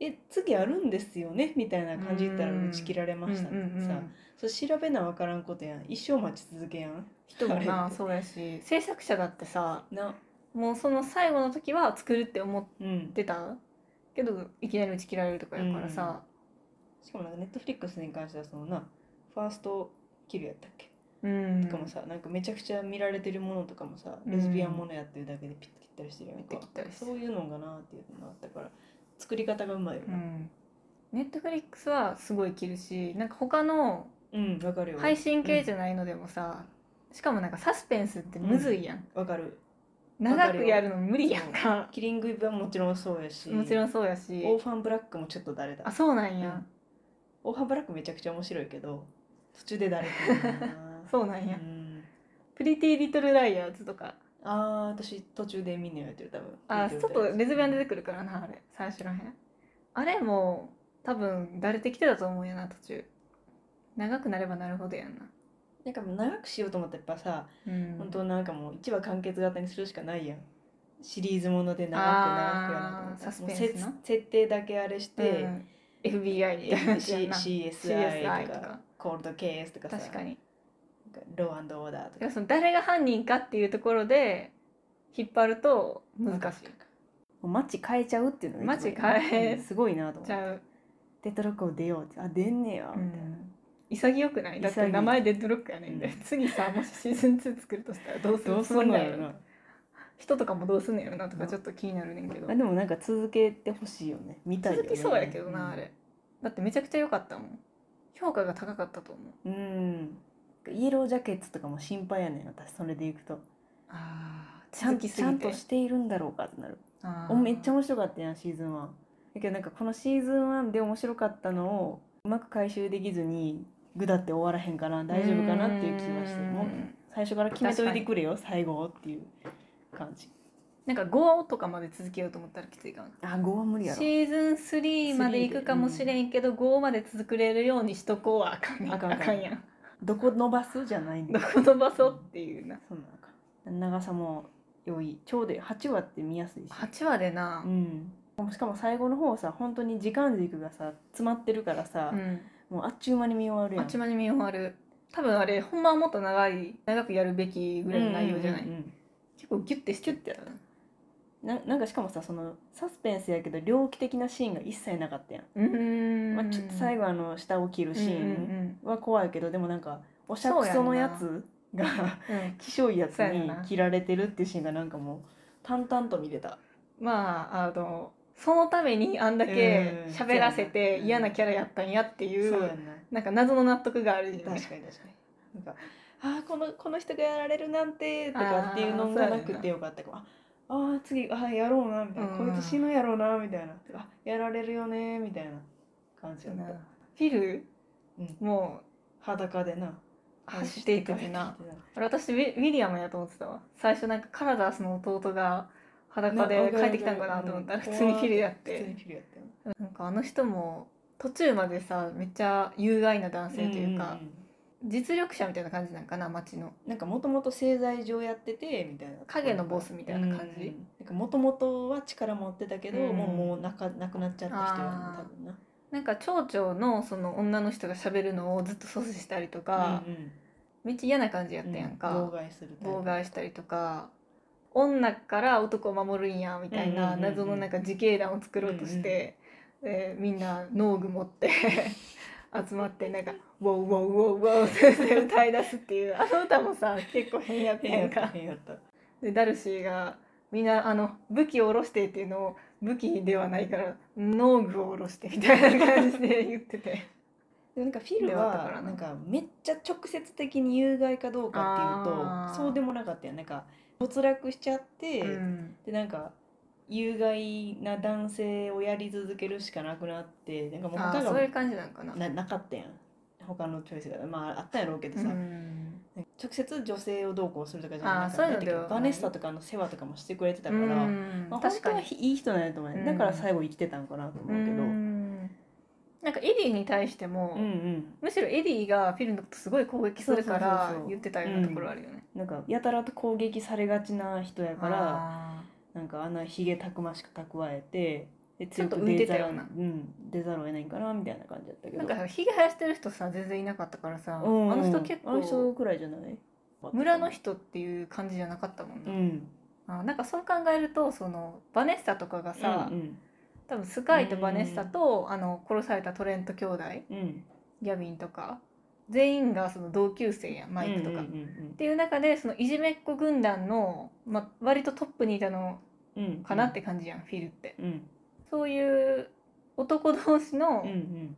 え次あるんですよねみたいな感じで言ったらうん打ち切られました、うんうんうんさそう調べな分からんことやん一生待ち続けやん人もあなれそうやし制作者だってさなもうその最後の時は作るって思うんってたけどいきなり打ち切られるとかやからさ、しかもなんかネットフリックスに関してはそのなファーストキルやったっけ、うんとかもさなんかめちゃくちゃ見られてるものとかもさうんレズビアンものやってるだけでピッと切ったりしてるやんピかッと切ったりしてそういうのがなっていうのがあったから作り方がうまいような、んネットフリックスはすごい切るしなんか他のうんわかるよ配信系じゃないのでもさ、しかもなんかサスペンスってむずいやん、わかる長くやるの無理やんかキリングイブはもちろんそうやしもちろんんそうやしオーファンブラックもちょっとだれあだそうなんや、オーファンブラックめちゃくちゃ面白いけど途中でだれてるんだよな [LAUGHS] そうなんや、うんプリティ・リトル・ライアーズとかあー私途中でみんなやってる多分あちょっとレズビアン出てくくるからなあれ最初らへんあれも多分慣れてきてたと思うよな途中長くなればなるほどやんななんかもう長くしようと思ったらやっぱさうん本当なんかもう1話完結型にするしかないやんシリーズもので長く長くやなと思ったあーサスペンスなもうせ設定だけあれして、うん FBI みたいなやつやん C- な CSI と CSI とかかコールドケースとかさ確かになんかローアンドオーダーとでかもその誰が犯人かっていうところで引っ張ると難しいもうマッチ変えちゃうっていうのが一番マッチ変えうんすごいなと思っじてゃあ、デッドロックを出ようってあ出んねやみたいな、潔くないだって潔い名前デッドロックやねんで、うん次さもしシーズン2作るとしたらどうすどるうつすもんのりなんややろろな人とかもどうすんのやろなとかうんちょっと気になるねんけどあでもなんか続けてほしいよね見たいよ続ねきそうやけどな、んあれだってめちゃくちゃ良かったもん評価が高かったと思ううんイエロージャケットとかも心配やねん私それでいくとあちゃん続きすちゃぎんてとしているんだろうかってなるあーおめっちゃ面白かったやんシーズン1だけどなんかこのシーズン1で面白かったのをうまく回収できずにグダって終わらへんから大丈夫かなっていう気がしてうんもう最初から決めといてくれよ最後をっていう感じなんか5とかまで続けようと思ったらきついかもあ5は無理やろシーズン3まで行くかもしれんけど、5まで続けれるようにしとこうはあかんねんあかんあかんやんどこ伸ばすじゃないんどだこ伸ばそうっていうなそんなのか長さも良いちょうどいい8話って見やすいし8話でなう、んしかも最後の方さ本当に時間軸がさ詰まってるからさ、うんもうあっちゅう間に見終わるあやんっちまで見終わる多分あれほんまはもっと長い長くやるべきぐらいの内容じゃない、うんうんうんうん結構ギュッてしてってやるななんかしかもさそのサスペンスやけど猟奇的なシーンが一切なかったやん、うーんまあ、ちょっと最後あの舌を切るシーうんンは怖いけどでもなんかおしゃくそのやつ [LAUGHS] [LAUGHS] がうんうんうんきしょいやつそうやにな切られてるっていうシーンがなんかもう淡々と見れたまああのそのためにあんだけうん喋らせてそうやな嫌なキャラやったんやっていうそうやうななんか謎の納得があるじゃない確かに確かになんかあーこのこの人がやられるなんてとかっていうあのーそうやがなねんんなくてよかったかもああー次あーやろうなみたいな、うんこいつ死ぬやろうなみたいなあやられるよねみたいな感じそだうっやなたフィルうんも裸でなう走っていくしなあれ私ウィウィリアムやと思ってたわ最初なんかカラダースの弟が裸で帰ってきたんかなと思ったら普通にフィルやっ普通にてフィルやってなんかあの人も途中までさめっちゃ有害な男性というか、んんん実力者みたいな感じなんかな町のなんかもともと製材所やっててみたいな影のボスみたいな感じうんなんかもともとは力持ってたけど、うんもうもうなかなくなっちゃった人やなあ多ー分ななんか町長のその女の人が喋るのをずっと阻止したりとか、うんうんめっちゃ嫌な感じやったやんうか妨、害するタイプ妨害したりとか女から男を守るんやみたいうんうんうんなうん謎のなんか自警団を作ろうとして、でみんな農具持って [LAUGHS] 集まってなんか「ウォウウォウウォウウォウ」って歌い出すっていうあの歌もさ結構変やったやんか。変やったでダルシーがみんなあの武器を下ろしてっていうのを武器ではないから農具を下ろしてみたいな感じで言ってて。でなんかフィル出会ったかはらななんかめっちゃ直接的に有害かどうかっていうあとーそうでもなかったよなんか没落しちゃって、うんでなんか有害な男性をやり続けるしかなくなってなんかもうあ他ーそういうが感じなんかな。ななかったやん他のチョイスがまああったやろうけどうさ、ん直接女性をどうこうするとかじゃあなーくそういうのてではないバネッサとかの世話とかもしてくれてたから、うんまあ、本確当かはにいい人なんやと思うね、うんだから最後生きてたんかなと思うけど、うんなんかエディに対しても、うんうん、むしろエディがフィルのことすごい攻撃するかそうらそうそうそう言ってたようなところあるよね。なんかやたらと攻撃されがちな人やから。あなんかあんなひげたくましく蓄えてでちょっと強く出ざる浮いてたようなうん、出ざるを得ないんかなみたいな感じだったけーどなんかひげ生やしてる人さ全然いなかったからさ、うんうんあの人結あの人構くらいじゃない村の人っていう感じじゃなかったもんうな。んあなんかそう考えるとそのバネッサとかがさ、うん多分スカイとバネッサと、あの殺されたトレント兄弟うんうんギャビンとか全員がその同級生やんマイクとか。うんっていう中でそのいじめっ子軍団の、ま、割とトップにいたのうんうんうんかなって感じやん、フィルってうんそういう男同士のうんうん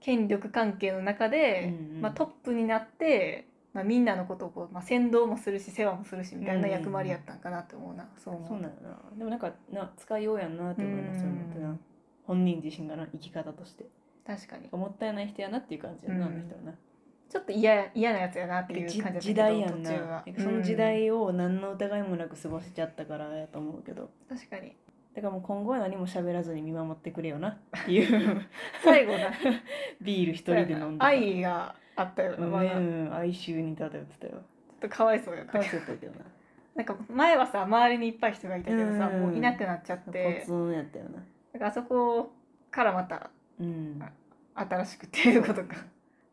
権力関係の中うで、んうんまあ、トップになって、まあ、みんなのことをこう、まあ、先導もするし世話もするしみたいな役割やったんかなって思うな、そう思うそうなんやなでもなんかな使いようやんなって思いますよねうん本人自身がな生き方として確かにもったいない人やなっていう感じやな、うんあの人はなちょっと嫌や嫌なやつやなっていうじ感じだったけ時代どやん途中なはその時代を何の疑いもなく過ごしちゃったからやと思うけどうん確かにだからもう今後は何も喋らずに見守ってくれよなって [LAUGHS] いう [LAUGHS] 最後だビール一人で飲んでた愛があったような、んまあちょ哀愁に漂って [LAUGHS] たよっとかわいそうやな感謝とけどななんか前はさ周りにいっぱい人がいたけどさ、うんもういなくなっちゃっポてツンやったよなだからあそこからまたうん新しくっていうことか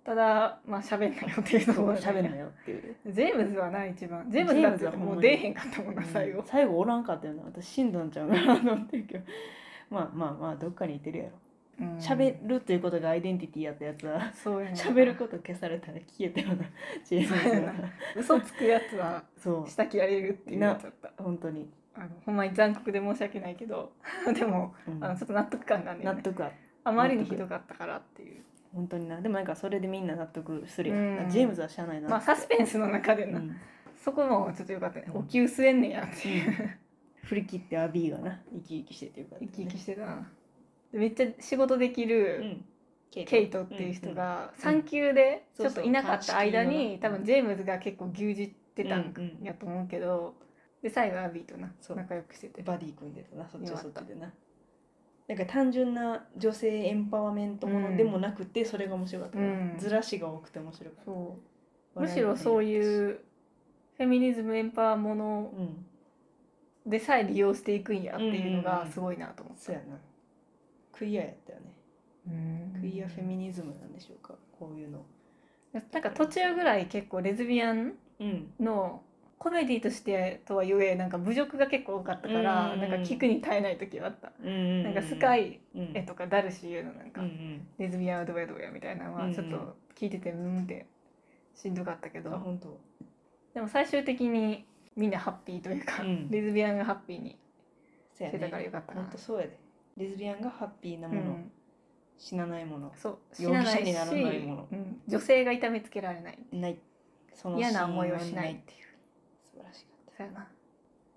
ただまあ喋んなよっていうそのうも喋んなよって [LAUGHS] いうジェームズはない一番ジェームズだっジェームズはてほんまにもう出えへんかったもんな最う後ん、最後おらんかったよな私死んだんちゃうかなと思ってるけど [LAUGHS] まあまあまあどっかにいてるやろうん喋、るということがアイデンティティやったやつはそうやな喋ること消されたら消えたようなジェームズそうやがな嘘つくやつはそ下着やれるっていうやつだったう本当に、あのほんまに残酷で申し訳ないけど [LAUGHS] でもうんあのちょっと納得感があんねんね納得はあまりにひどかったからっていう本当になでもなんかそれでみんな納得するやん、うんジェームズはしゃあないなまあサスペンスの中でうの、んそこもちょっとよかったねお灸据えんねんやっていう振り切ってアビーがな生き生きしててよかった生ね、き生きしてたなでめっちゃ仕事できる、うんケケイトっていう人がうんうん産休でちそうょそうっといなかった間鑑識のなに多分ジェームズが結構牛耳ってたんうんうんやと思うけどで最後アビーとなそう仲良くしててバディ組んでたなそっちはよそかっっちたでななんか単純な女性エンパワーメントものでもなくて、それが面白かったな、うんずらしが多くて面白かっそうたむしろそうう、いうフェミニズムエンパワーものうん、でさえ利用していくんやっていうのうんうんがうんすごいなと思ったそうやなクイアやったよねクイアフェミニズムなんでしょうかこういうのなんか途中ぐらい結構レズビアンうんのコメディとしてとはゆえなんか侮辱が結構多かったから、うんなんか聞くに耐えない時はあった、うんなんかスカ、イうんエとかダルシーのなんか、うんネズミやどうやどうやみたいなのうはんちょっと聞いててうんってしんどかったけうど、ん、あ本当でも最終的にみんなハッピーというか、うんレズビアンがハッピーにそうやしてたからねよかったな、本当そうやでレズビアンがハッピーなうもの、ん、死なないものそう容疑者死にならないものうん、女性が痛めつけられないないそ嫌な思いはしない信っていう用はない素晴らしかっそうやな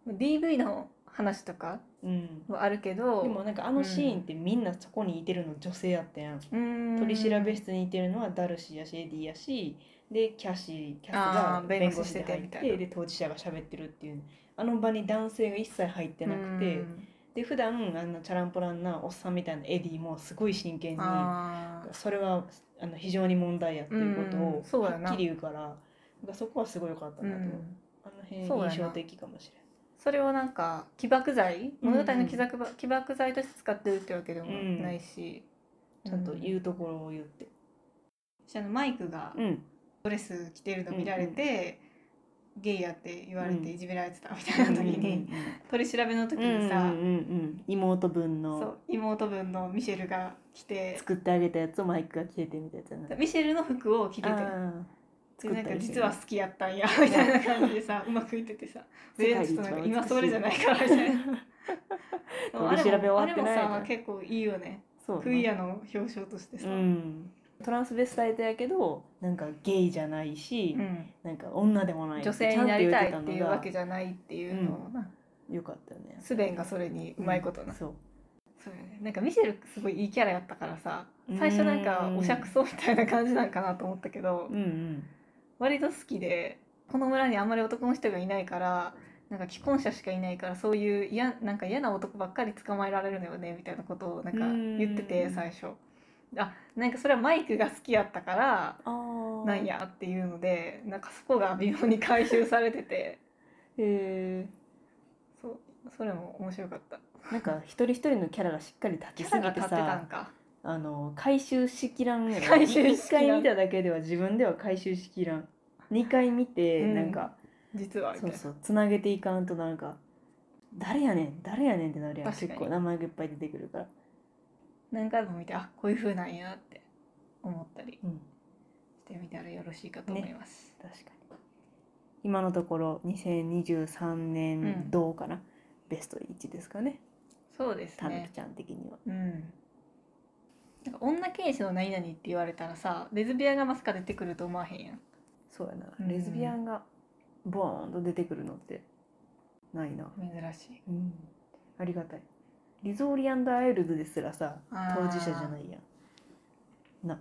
DV の話とかた、うん、はあるけどでもなんかあのシーンってみんなそこにいてるの女性やったやん、取取り調べ室にいてるのはダルシーやしエディやしでキャシーキャスあがー弁弁護護士士でで入入っっててで当事者が喋ってるっていうあの場に男性が一切入ってなくてで普段あのチャランポランなおっさんみたいなエディもすごい真剣にあそれはあの非常に問題やっていうことうをんそうはやなっきり言うからなんかそこはすごい良かったーうなと思う、んあそうのやな辺印象的かもしそれをなんか起爆剤うんうん物語の起爆ば起爆剤として使ってるってわけでもうんないし、れんちゃんとう言うところを言って私あのマイクがうんドレス着てるの見られて、ゲイやって言われうんていじめられてたみたいな時に、取り調べの [LAUGHS] う時んうんうんにさ、うんうんうん妹分そのう妹分のミシェルが来て作ってあげたやつをマイクが着ててみたいなやつやなミシェルの服を着ててあで作なっんたかりして実は好きやったんやみたいな感じでさうまくいっててさ [LAUGHS] 世で界でち一ょっ番とな美しんかい今それじゃないからみたいなでもあれも [LAUGHS] 取り調べ終わってないあれもさ結構いいよねーそうクイアの表彰としてさ、うんトランスベスタイトやけどなんかゲイじゃないし、うんなんか女でもない女性になりたいっていうわけじじゃないっていうのをな、ゃよかったよねスベンがそれにうまいことな、そうそうよねなんかミシェルすごいいいキャラやったからさうん最初なんかおしゃくそみたいな感じなんかなと思ったけど、うんうん割と好きでこの村にあんまり男の人がいないからなんか既婚者しかいないからそういう嫌なんか嫌な男ばっかり捕まえられるのよねみたいなことをなんかうん言ってて最初あなんかそれはマイクが好きやったからあーなんやっていうのでなんかそこが微妙に回収されててへそうそれも面白かったーなんか一人一人のキャラがしっかり立ちすぎて立ってたんさかあの回収しきらんよね回収しきらん [LAUGHS] 一回見ただけでは自分では回収しきらん [LAUGHS] 二回見て、うんなんか実はみたそいうなそうつなげていかんとなんか誰やねん誰やねんってなるやん確か結に構名前がいっぱい出てくるから、何回も見てあこういう風なんやって思ったりうん、してみたらよろしいかと思います、確かに今のところ2023年どうかな、ベスト1ですかねそうですたぬねきちゃん的には、うんなんか女刑事の何々って言われたらさレズビアンがまさか出てくると思わへんやんそうやな、うんレズビアンがボーンと出てくるのってないな、珍しいうん、ありがたいリゾーリアンド・アイルズですらさあ当ー事者じゃないやんな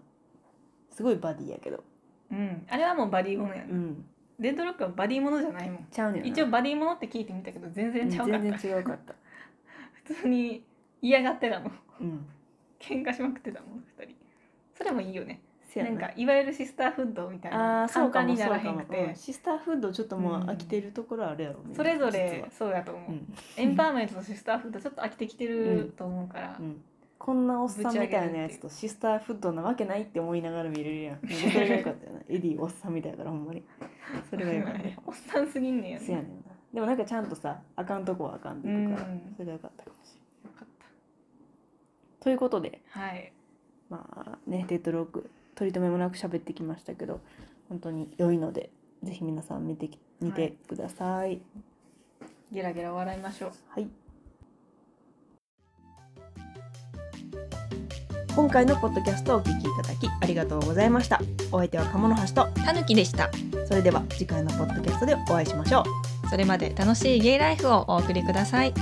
すごいバディやけどうんあれはもうバディものやうんんデッドロックはバディものじゃないもんちゃうねんな一応バディものって聞いてみたけど全うん然ちゃうかった全然違うかった、普通に嫌がってたもんうん、喧嘩しまくってたもん二人それもいいよねせやなんかいわゆるシスターフッドみたいあなあそ簡うか単もになそらうかへんもくてうんシスターフードちょっともう飽きてるところあるやろ、みんなそれ実ぞはれそうやと思う、うんエンパワーメントとシスターフッドちょっと飽きてきてると思うから、うん、こんなおっさんみたいぶち上げなるやっていつうとシスターフッドなわけないって思いながら見れ [LAUGHS] るやんそれがよかったよなエディおっさんみたいやからほんまにそれが [LAUGHS] よかったよおっさんすぎんねやせやねんなでもなんかちゃんとさあかんとこはあかんでいくから、うんそれがよかったかもしれないよかっということでたはいまあねデッドロック取り留めもなく喋ってきましたけど本当に良いのでぜひ皆さん見てき見てくださいゲラゲラ笑いましょうはい。今回のポッドキャストをお聞きいただきありがとうございました。お相手は鴨の橋と、たぬきでしたそれでは次回のポッドキャストでお会いしましょう。それまで楽しいゲイライフをお送りください